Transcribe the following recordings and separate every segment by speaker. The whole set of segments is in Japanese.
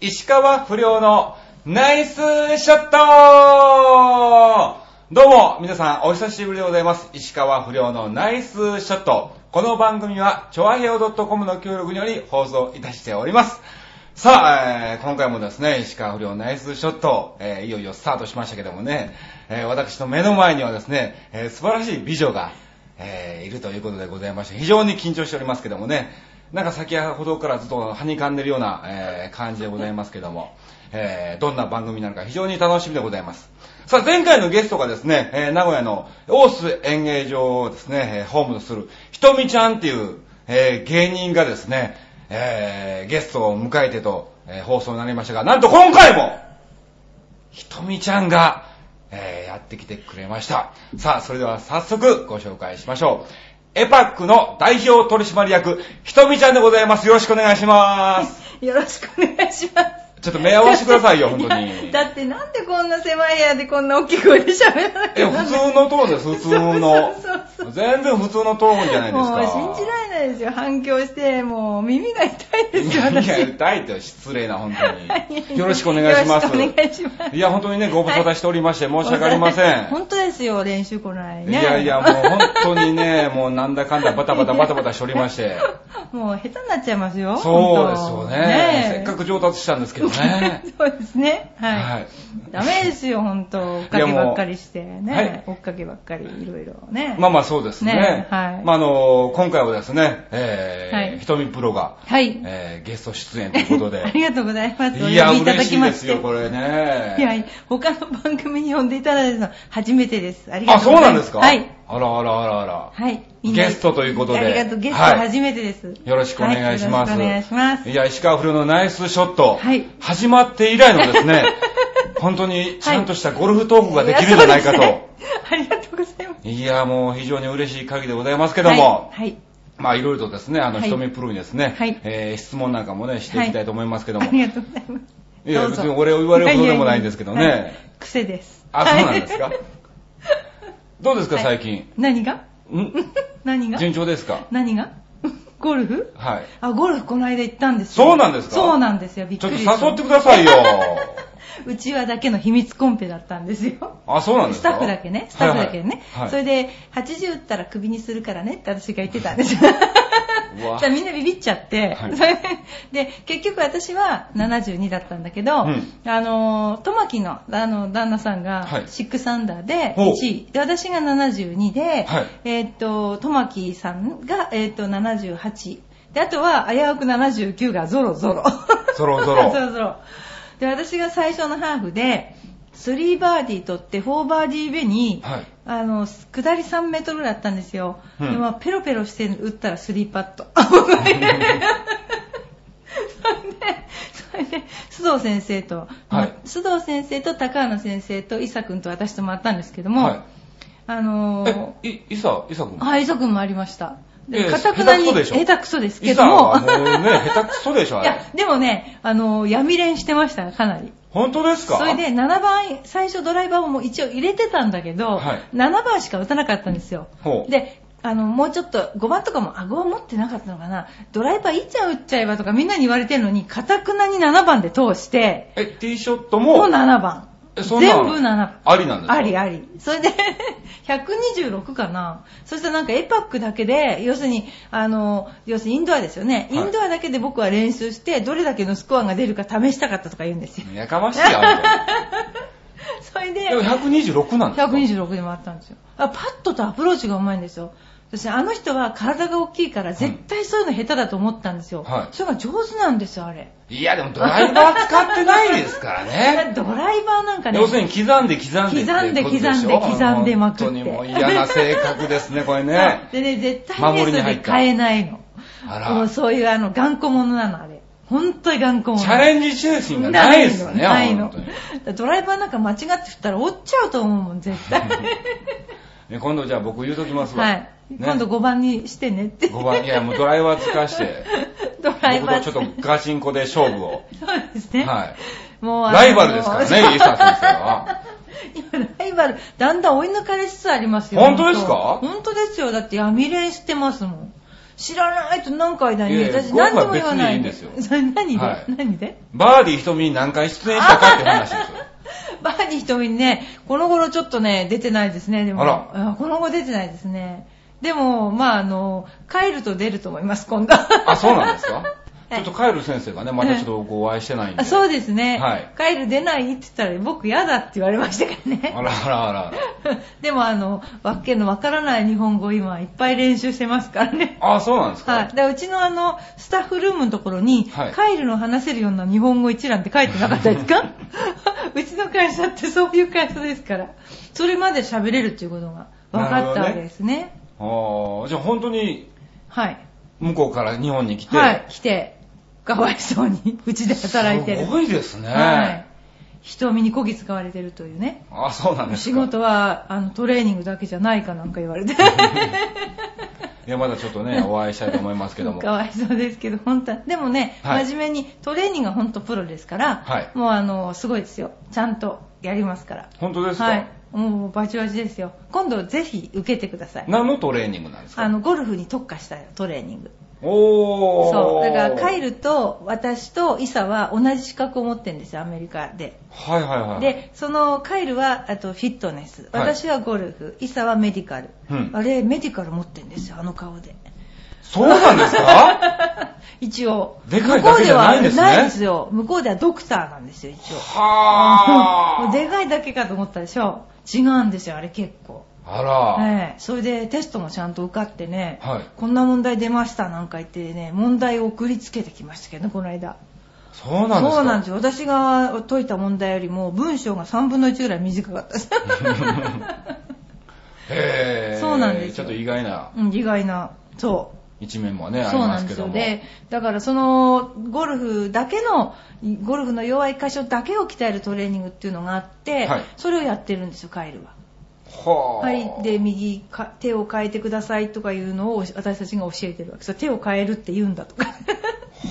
Speaker 1: 石川不良のナイスショットどうも、皆さん、お久しぶりでございます。石川不良のナイスショット。この番組は、ちょあへお .com の協力により放送いたしております。さあ、えー今回もですね、石川不良ナイスショット、えーいよいよスタートしましたけどもね、えー私の目の前にはですね、えー素晴らしい美女が、えーいるということでございまして、非常に緊張しておりますけどもね、なんか先ほどからずっとはにかんでるような、えー感じでございますけども、えーどんな番組なのか非常に楽しみでございます。さあ、前回のゲストがですね、えー名古屋の大須演芸場をですね、えーホームとする、ひとみちゃんっていう、えー芸人がですね、えーゲストを迎えてと、えー放送になりましたが、なんと今回も、ひとみちゃんが、えーやってきてくれました。さあ、それでは早速ご紹介しましょう。エパックの代表取締役、ひとみちゃんでございます。よろしくお願いします。
Speaker 2: よろしくお願いします。
Speaker 1: ちょっと目合わせてくださいよ、本当
Speaker 2: いや
Speaker 1: に。
Speaker 2: だってなんでこんな狭い部屋でこんな大きい声で喋らなき
Speaker 1: え、
Speaker 2: ゃな
Speaker 1: 普
Speaker 2: んない
Speaker 1: 通のトーンです、普通の
Speaker 2: そうそうそう。
Speaker 1: 全然普通のトーンじゃないですか。
Speaker 2: もう信じられないですよ。反響して、もう耳が痛いですよ、
Speaker 1: いや、
Speaker 2: 私。
Speaker 1: 痛いって失礼な、本当に。
Speaker 2: い
Speaker 1: よろしくお願いします。
Speaker 2: よろしくお願いします
Speaker 1: いや、本当にね、ご無沙汰しておりまして、申し訳ありません。
Speaker 2: 本当ですよ、練習来ない
Speaker 1: い
Speaker 2: ね。
Speaker 1: やいや、もう本当に ね、もうなんだかんだバタバタバタバタしておりまして。
Speaker 2: もう下手になっちゃいますよ。
Speaker 1: そうですよね。
Speaker 2: ねえ
Speaker 1: せっかく上達したんですけどね。
Speaker 2: そうですね。はい。
Speaker 1: はい
Speaker 2: ダメですよ、本当追っかけばっかりしてね。
Speaker 1: いやもう
Speaker 2: 追っかけばっかり、いろいろね。
Speaker 1: まあまあそうですね。
Speaker 2: ねはい
Speaker 1: まああの、今回はですね、えー
Speaker 2: はい
Speaker 1: ひとみプロが、
Speaker 2: はい。
Speaker 1: えーゲスト出演ということで
Speaker 2: あ。りがとうございます。
Speaker 1: いや、
Speaker 2: お呼びただ
Speaker 1: 嬉し
Speaker 2: き
Speaker 1: い
Speaker 2: ま
Speaker 1: で
Speaker 2: し
Speaker 1: す
Speaker 2: て
Speaker 1: よ、これね。
Speaker 2: いや、他の番組に呼んでいただいたのは初めてです。ありが
Speaker 1: あ、
Speaker 2: とう
Speaker 1: そう
Speaker 2: ござ
Speaker 1: ないん
Speaker 2: ま。
Speaker 1: ですすか
Speaker 2: はい。
Speaker 1: あらあらあらあら。
Speaker 2: はい。みんな
Speaker 1: ゲストということで。
Speaker 2: ありがとう。ゲスト
Speaker 1: はい
Speaker 2: 初めてです。
Speaker 1: よろしくお願いします。
Speaker 2: はよろしくお願いします。
Speaker 1: や、石川不良のナイスショット。
Speaker 2: はい
Speaker 1: 始まって以来のです ね、本当にちゃんとしたゴルフトークができるんじゃないかと。
Speaker 2: いや
Speaker 1: い
Speaker 2: そうですねありがとうございます。
Speaker 1: や、もう非常に嬉しい限りでございますけども。
Speaker 2: はい。はい
Speaker 1: まあいろいろとですね、あの、
Speaker 2: はい
Speaker 1: 瞳プロにですね、
Speaker 2: はい
Speaker 1: えー質問なんかもね、していきたいと思いますけども。
Speaker 2: ありがとうございます。
Speaker 1: いや
Speaker 2: どうぞ
Speaker 1: 別に俺を言われることでもないんですけどね
Speaker 2: やややはい癖です。
Speaker 1: あ、そうなんですか
Speaker 2: はい
Speaker 1: どうですか、
Speaker 2: はい
Speaker 1: 最近。
Speaker 2: 何が
Speaker 1: ん
Speaker 2: 何が
Speaker 1: 順調ですか
Speaker 2: 何が ゴルフ
Speaker 1: はい。
Speaker 2: あ、ゴルフこの間行ったんですよ。
Speaker 1: そうなんですか
Speaker 2: そうなんですよ。びっ
Speaker 1: ち
Speaker 2: く
Speaker 1: ょっ
Speaker 2: り
Speaker 1: と
Speaker 2: した
Speaker 1: 誘ってくださいよ。
Speaker 2: うちわだけの秘密コンペだったんですよ。
Speaker 1: あ、そうなんで
Speaker 2: ス
Speaker 1: すか
Speaker 2: タッフだけね、スタッフだけね。
Speaker 1: はいはい
Speaker 2: それで、80打ったらクビにするからねって私が言ってたんですよ。
Speaker 1: う わ
Speaker 2: じゃあみんなビビっちゃって、
Speaker 1: はい
Speaker 2: それで、結局私は72だったんだけど、
Speaker 1: うん
Speaker 2: あの、トマキの、あの、旦那さんが
Speaker 1: はい
Speaker 2: 6アンダーで
Speaker 1: ほう
Speaker 2: 1位。で、私が72で、
Speaker 1: はい
Speaker 2: えーっと、トマキさんが、えーっと、78。で、あとは、危うく79がゾロゾロ。
Speaker 1: そろそろ
Speaker 2: そろそろ。で、私が最初のハーフで、3バーディー取って4バーディー目に、
Speaker 1: はい。
Speaker 2: あの、下り3メートルぐらいあったんですよ。
Speaker 1: うん
Speaker 2: でまあペロペロして打ったら3パッ ト。それで、それで、須藤先生と、
Speaker 1: はい
Speaker 2: 須藤先生と高野先生と伊佐君と私と回ったんですけども、
Speaker 1: はい
Speaker 2: あのー、
Speaker 1: え、い、いさ、いさくん。
Speaker 2: はい、伊佐君もありました。
Speaker 1: いや
Speaker 2: かたくなに
Speaker 1: 下手くそでしょ
Speaker 2: 下手くそです
Speaker 1: い
Speaker 2: け
Speaker 1: さ
Speaker 2: ど
Speaker 1: は
Speaker 2: も、
Speaker 1: もうね、下手くそでしょ、あ
Speaker 2: い
Speaker 1: れ
Speaker 2: や。、でもね、あのー、闇練してました、かなり。
Speaker 1: 本当ですか
Speaker 2: それで、7番、最初ドライバーをもう一応入れてたんだけど、
Speaker 1: はい
Speaker 2: 7番しか打たなかったんですよ。
Speaker 1: ほう
Speaker 2: で、あの、もうちょっと、5番とかも、あ、5番持ってなかったのかな、ドライバーいっちゃう打っちゃえばとかみんなに言われてるのに、かたくなに7番で通して、
Speaker 1: え、ティーショット
Speaker 2: も
Speaker 1: も
Speaker 2: う、7番。
Speaker 1: え
Speaker 2: 全
Speaker 1: そんな
Speaker 2: 部7番。
Speaker 1: ありなんですか
Speaker 2: ありあり。それで、126かな。そしたらなんかエパックだけで、要するに、あの、要するにインドアですよね。
Speaker 1: はい
Speaker 2: インドアだけで僕は練習して、どれだけのスコアが出るか試したかったとか言うんですよ。
Speaker 1: やかましいよ、 あ
Speaker 2: それ
Speaker 1: れ。でも126なんですか
Speaker 2: 126でもあったんですよ。あパットとアプローチがうまいんですよ。私、あの人は体が大きいから、絶対そういうの下手だと思ったんですよ。
Speaker 1: はい
Speaker 2: それが上手なんですよ、あれ。
Speaker 1: いや、でもドライバー使ってないですから ね。
Speaker 2: ドライバーなんかね
Speaker 1: 要、するに刻んで刻んでって
Speaker 2: 刻んで
Speaker 1: ことしょ
Speaker 2: 刻んで刻んでまくって
Speaker 1: 本当にもう嫌な性格です ね、これ ね。
Speaker 2: でね、絶対ね、
Speaker 1: 守り
Speaker 2: そ
Speaker 1: に
Speaker 2: れ
Speaker 1: 入っ
Speaker 2: で
Speaker 1: た
Speaker 2: 買えないの。
Speaker 1: あら
Speaker 2: もうそういうあの、頑固者なの、あれ。本当に頑固者。
Speaker 1: チャレンジ精神がないですね、
Speaker 2: ないの。
Speaker 1: 本当に。
Speaker 2: ドライバーなんか間違って振ったら折っちゃうと思うもん、絶 対。
Speaker 1: ね今度じゃあ僕言うときますわ。
Speaker 2: はい。
Speaker 1: ね
Speaker 2: 今度5番にしてねって。
Speaker 1: 5番、いや、もうドライバー使わして、
Speaker 2: ドライ
Speaker 1: 僕
Speaker 2: バ
Speaker 1: と
Speaker 2: ー
Speaker 1: ちょっとガチンコで勝負を。
Speaker 2: そうですね。
Speaker 1: はい。
Speaker 2: もうあの
Speaker 1: ライバルですからね、イーサ先生 は。
Speaker 2: 今、ライバル、だんだん追い抜かれつつありますよ。
Speaker 1: 本当ですか
Speaker 2: 本当ですよ。だって闇練してますもん。知らないと何回だ
Speaker 1: い
Speaker 2: に、
Speaker 1: やいや
Speaker 2: 私何にも言わな
Speaker 1: ゴル
Speaker 2: い。
Speaker 1: フは別にいいんで
Speaker 2: それ 何で、
Speaker 1: はい
Speaker 2: 何で
Speaker 1: バーディー瞳に何回出演したかって話です よ。
Speaker 2: バーディー瞳にね、この頃ちょっとね、出てないですね、でも。
Speaker 1: あら
Speaker 2: うんこの後出てないですね。でも、まああの、帰ると出ると思います、今度。
Speaker 1: あ、そうなんですか、
Speaker 2: い
Speaker 1: ちょっとカエル先生がね、またちょっとごお会いしてないんで。
Speaker 2: あそうですね、
Speaker 1: はい
Speaker 2: 帰る出ないって言ったら、僕嫌だって言われましたからね。
Speaker 1: あらあらあら。
Speaker 2: でもあの、わっけのわからない日本語を今いっぱい練習してますからね。
Speaker 1: あ、そうなんですか、
Speaker 2: はい。で、うちのあの、スタッフルームのところに、
Speaker 1: はい
Speaker 2: カイルの話せるような日本語一覧って書いてなかったで すかうちの会社ってそういう会社ですから、それまで喋れるっていうことが分かったわけですね。
Speaker 1: あーじゃあ本当に
Speaker 2: はい。
Speaker 1: 向こうから日本に来て。
Speaker 2: はい、来て、かわいそうに、うちで働いてる。
Speaker 1: すごいですね。
Speaker 2: はい。瞳にこぎ使われてるというね。
Speaker 1: あ、そうなんですか
Speaker 2: 仕事はあのトレーニングだけじゃないかなんか言われて
Speaker 1: いや、まだちょっと ね、お会いしたいと思いますけども。
Speaker 2: かわいそうですけど本当はでもね、
Speaker 1: はい
Speaker 2: 真面目にトレーニングは本当プロですから、
Speaker 1: はい
Speaker 2: もうあのすごいですよちゃんとやりますから
Speaker 1: 本当ですか、
Speaker 2: はいもうバチバチですよ今度ぜひ受けてください
Speaker 1: 何のトレーニングなんですか
Speaker 2: あのゴルフに特化したトレーニング
Speaker 1: おー。
Speaker 2: そうだからカイ。ルと私とイサは同じ資格を持ってるんですよアメリカで
Speaker 1: はいはいはい。、
Speaker 2: でそのカイルはあとフィットネス
Speaker 1: はい
Speaker 2: 私はゴルフ、イサはメディカル、
Speaker 1: うん
Speaker 2: あれメディカル持ってるんですよあの顔で
Speaker 1: そうなんですか
Speaker 2: 一応
Speaker 1: でかいだけじゃないんですね
Speaker 2: 向こうではないですよ向こうではドクターなんですよ一応
Speaker 1: は
Speaker 2: もう
Speaker 1: ー。
Speaker 2: でかいだけかと思ったでしょ違うんですよあれ結構
Speaker 1: あら。
Speaker 2: ええそれでテストもちゃんと受かってね、
Speaker 1: はい
Speaker 2: こんな問題出ましたなんか言ってね問題を送りつけてきましたけどねこの間
Speaker 1: そうなんですか
Speaker 2: そうなんですよ私が解いた問題よりも文章が3分の1ぐらい短かったです
Speaker 1: へー。
Speaker 2: そうなんですよ
Speaker 1: ちょっと意外な
Speaker 2: うん 意外なそう
Speaker 1: 一面もね、あり
Speaker 2: そう
Speaker 1: ま
Speaker 2: な
Speaker 1: す
Speaker 2: ん
Speaker 1: け
Speaker 2: です
Speaker 1: ど
Speaker 2: よ。
Speaker 1: も。
Speaker 2: で、だからそのゴルフだけの、ゴルフの弱い箇所だけを鍛えるトレーニングっていうのがあって、
Speaker 1: はい
Speaker 2: それをやってるんですよ、カイルは。
Speaker 1: は
Speaker 2: は
Speaker 1: ー
Speaker 2: い、で、右か、手を変えてくださいとかいうのを私たちが教えてるわけですよ。手を変えるって言うんだとか、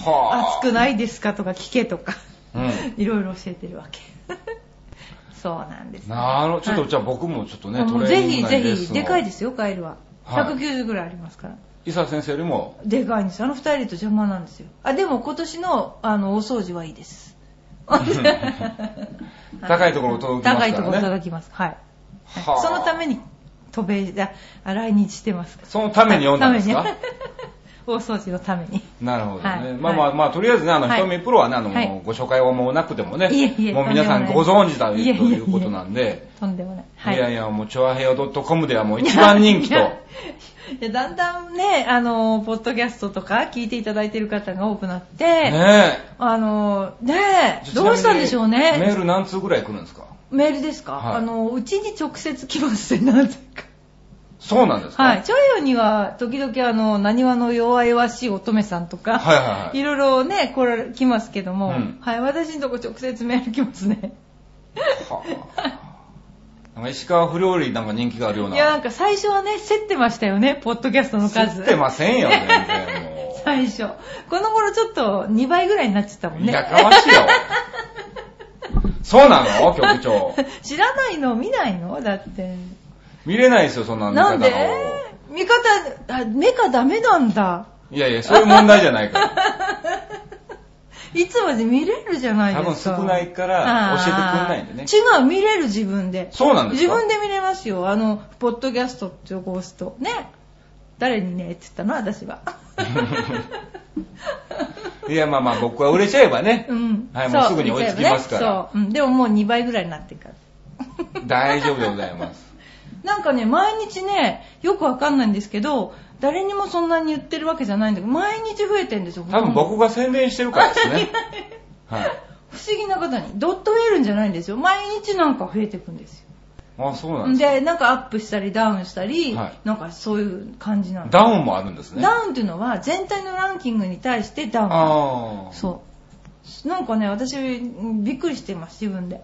Speaker 1: は
Speaker 2: 熱くないですかとか聞けとか、
Speaker 1: ーうん。
Speaker 2: いろいろ教えてるわけ。 そうなんです。
Speaker 1: なるほど。ちょっと、
Speaker 2: はい
Speaker 1: じゃあ僕もちょっとね、
Speaker 2: も
Speaker 1: ト
Speaker 2: う
Speaker 1: レ
Speaker 2: ぜ
Speaker 1: ーニン
Speaker 2: ひ
Speaker 1: グ。
Speaker 2: ぜひ、でかいですすよ、カイルは。
Speaker 1: はい
Speaker 2: 190ぐらいありますから。
Speaker 1: 伊沢先生よりも、
Speaker 2: でかいんですよあの二人と邪魔なんですよあでも今年のあのお掃除はいいです高
Speaker 1: 高いところ届きますからね
Speaker 2: 高いところ届きますはい、
Speaker 1: はあ
Speaker 2: そのために渡米ああ来日してますから
Speaker 1: そのために読んだんです
Speaker 2: ため
Speaker 1: か
Speaker 2: に 大掃除のために
Speaker 1: なるほどね。
Speaker 2: はい
Speaker 1: まあまあまあ、とりあえずね、あの、
Speaker 2: はい
Speaker 1: 瞳プロはね、あの、
Speaker 2: はい
Speaker 1: もうご紹介はもうなくてもね、
Speaker 2: いえいえ
Speaker 1: もう皆さん
Speaker 2: とんで
Speaker 1: ご
Speaker 2: もな
Speaker 1: 存
Speaker 2: い
Speaker 1: 知だと
Speaker 2: いえいえいえ
Speaker 1: いうことなんで、
Speaker 2: とんでもない、
Speaker 1: いやいや、もう、チョアヘヨ .com ではもう一番人気 と。
Speaker 2: いやだんだんねあのポッドキャストとか聞いていただいてる方が多くなって、
Speaker 1: ね
Speaker 2: あのね
Speaker 1: え。
Speaker 2: えどうしたんでしょうね
Speaker 1: ちなみにメール何通ぐらい来るんですか
Speaker 2: メールですか、
Speaker 1: はい
Speaker 2: あの、うちに直接来ますね、なぜか。
Speaker 1: そうなんですか
Speaker 2: はい。。ちょいよには、時々あの、なにわの弱々しい乙女さんとか、
Speaker 1: はいはいはい
Speaker 2: ろいろね、来られ、来ますけども、
Speaker 1: うん
Speaker 2: はい。私のとこ直接メール来ますね。
Speaker 1: はあなんか石川不料理なんか人気があるよう
Speaker 2: い
Speaker 1: な。
Speaker 2: や、なんか最初はね、競ってましたよね、ポッドキャストの数。
Speaker 1: 吸ってませんよ、全然もう。
Speaker 2: 最初。この頃ちょっと2倍ぐらいになっちゃった もんね。
Speaker 1: やかましいよ。そうなの局長。
Speaker 2: 知らないの見ないのだって。
Speaker 1: 見れないですよ、そんな見方
Speaker 2: な
Speaker 1: を
Speaker 2: んで見方、あ、目がダメなんだ。
Speaker 1: いやいや、そういう問題じゃないから。
Speaker 2: いつまで見れるじゃないですか。
Speaker 1: 多分少ないから教えてくれないんでね
Speaker 2: あー違う、見れる自分で。
Speaker 1: そうなんです
Speaker 2: 自
Speaker 1: か
Speaker 2: 分で見れますよ。あの、ポッドキャストってこう押すと。ね。誰にねって言ったの私 は。
Speaker 1: いや、まあまあ、僕は売れちゃえばね。
Speaker 2: うん。
Speaker 1: はい、
Speaker 2: そ
Speaker 1: もうすぐに追いつきますから。
Speaker 2: そう、うん。でももう2倍ぐらいになってるから。
Speaker 1: 大丈夫でございます。
Speaker 2: なんかね、毎日ね、よくわかんないんですけど、誰にもそんなに言ってるわけじゃないんだけど、毎日増えてんですよ。
Speaker 1: 多分僕が宣伝してるからですね。はい。
Speaker 2: 不思議なことに。ドット増えるんじゃないんですよ。毎日なんか増えていくんですよ。
Speaker 1: あ、そうなんです
Speaker 2: で、なんかアップしたりダウンしたり、
Speaker 1: はい
Speaker 2: なんかそういう感じなの。
Speaker 1: ダウンもあるんですね。
Speaker 2: ダウンっていうのは全体のランキングに対してダウンなの。
Speaker 1: ああ。
Speaker 2: そう。なんかね、私、びっくりしてます、自分で。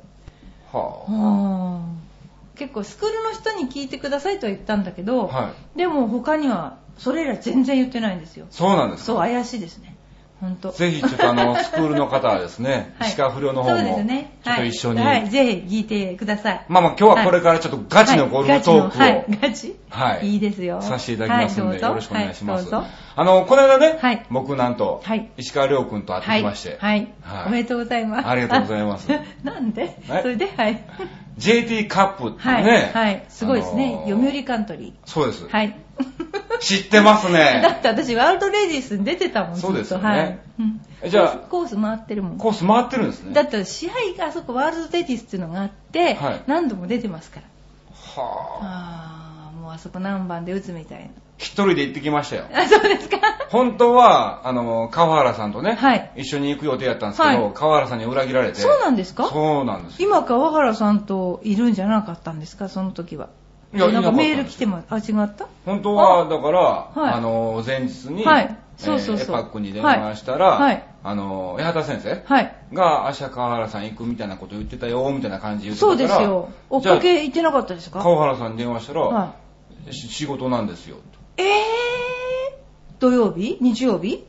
Speaker 1: は
Speaker 2: あー結構、スクールの人に聞いてくださいとは言ったんだけ
Speaker 1: あ。
Speaker 2: ど、
Speaker 1: はい。
Speaker 2: でも他には、それ以来全然言ってないんですよ。
Speaker 1: そうなんですか
Speaker 2: そう、怪しいですね。本当。
Speaker 1: ぜひちょっとあ の、スクールの方はですね、
Speaker 2: はい
Speaker 1: 石川不良の方
Speaker 2: そうで
Speaker 1: も、
Speaker 2: すね。
Speaker 1: ちょっと一緒に、
Speaker 2: はい、はいぜひ聞いてください。
Speaker 1: まあまあ今日はこれからちょっとガチのゴルフトークを、
Speaker 2: はい、はいガチ
Speaker 1: はい
Speaker 2: いいですよ。
Speaker 1: させていただきますので、
Speaker 2: は
Speaker 1: よろしくお願いします。
Speaker 2: はいどうぞ
Speaker 1: あの、この間ね、
Speaker 2: はい
Speaker 1: 僕なんと、
Speaker 2: はい
Speaker 1: 石川亮君と会ってきまして、
Speaker 2: はい。
Speaker 1: はい
Speaker 2: はいおめでとうございます。
Speaker 1: ありがとうございます
Speaker 2: あ。 なんで
Speaker 1: はい
Speaker 2: それで、はい。
Speaker 1: JT カップって
Speaker 2: はい。
Speaker 1: ね、
Speaker 2: はい。すごいですね。
Speaker 1: あのー
Speaker 2: 読売カントリ
Speaker 1: そうです
Speaker 2: ー。。はい。
Speaker 1: 知ってます
Speaker 2: だっ
Speaker 1: ね。
Speaker 2: て私、ワールドレディスに出てたもん、ずっと
Speaker 1: そうですよね
Speaker 2: はいうん
Speaker 1: えじゃあ
Speaker 2: コースコース回ってるもん。
Speaker 1: コース回ってるんですね。
Speaker 2: だって試合があそこワールドレディスっていうのがあって、
Speaker 1: はい
Speaker 2: 何度も出てますから。
Speaker 1: はあ、
Speaker 2: ああ、もうあそこ何番で打つみたい
Speaker 1: 一人で行ってきましたよ。
Speaker 2: な。あ、そうですか。
Speaker 1: 本当は、あの、川原さんとね、
Speaker 2: はい
Speaker 1: 一緒に行く予定やったんですけど、
Speaker 2: はい
Speaker 1: 川原さんに裏切られて。
Speaker 2: そうなんですか
Speaker 1: そうなんですよ。
Speaker 2: 今、川原さんといるんじゃなかったんですか、その時は。
Speaker 1: いや
Speaker 2: なんか
Speaker 1: いなかったんです
Speaker 2: メール来ても、あ、違った
Speaker 1: 本当は、だから、
Speaker 2: はい
Speaker 1: あの、前日に、
Speaker 2: はいそうそうそう
Speaker 1: えーエパックに電話したら、
Speaker 2: はいはい
Speaker 1: あの、八幡先生
Speaker 2: はい。
Speaker 1: が、明日川原さん行くみたいなこと言ってたよ、みたいな感じで言ってた
Speaker 2: そ
Speaker 1: から。
Speaker 2: うですよ。追っかけ行ってなかったです
Speaker 1: じゃあ
Speaker 2: か
Speaker 1: 川原さんに電話したら、
Speaker 2: は
Speaker 1: し仕事なんですよ。
Speaker 2: い。えー、土曜日日曜日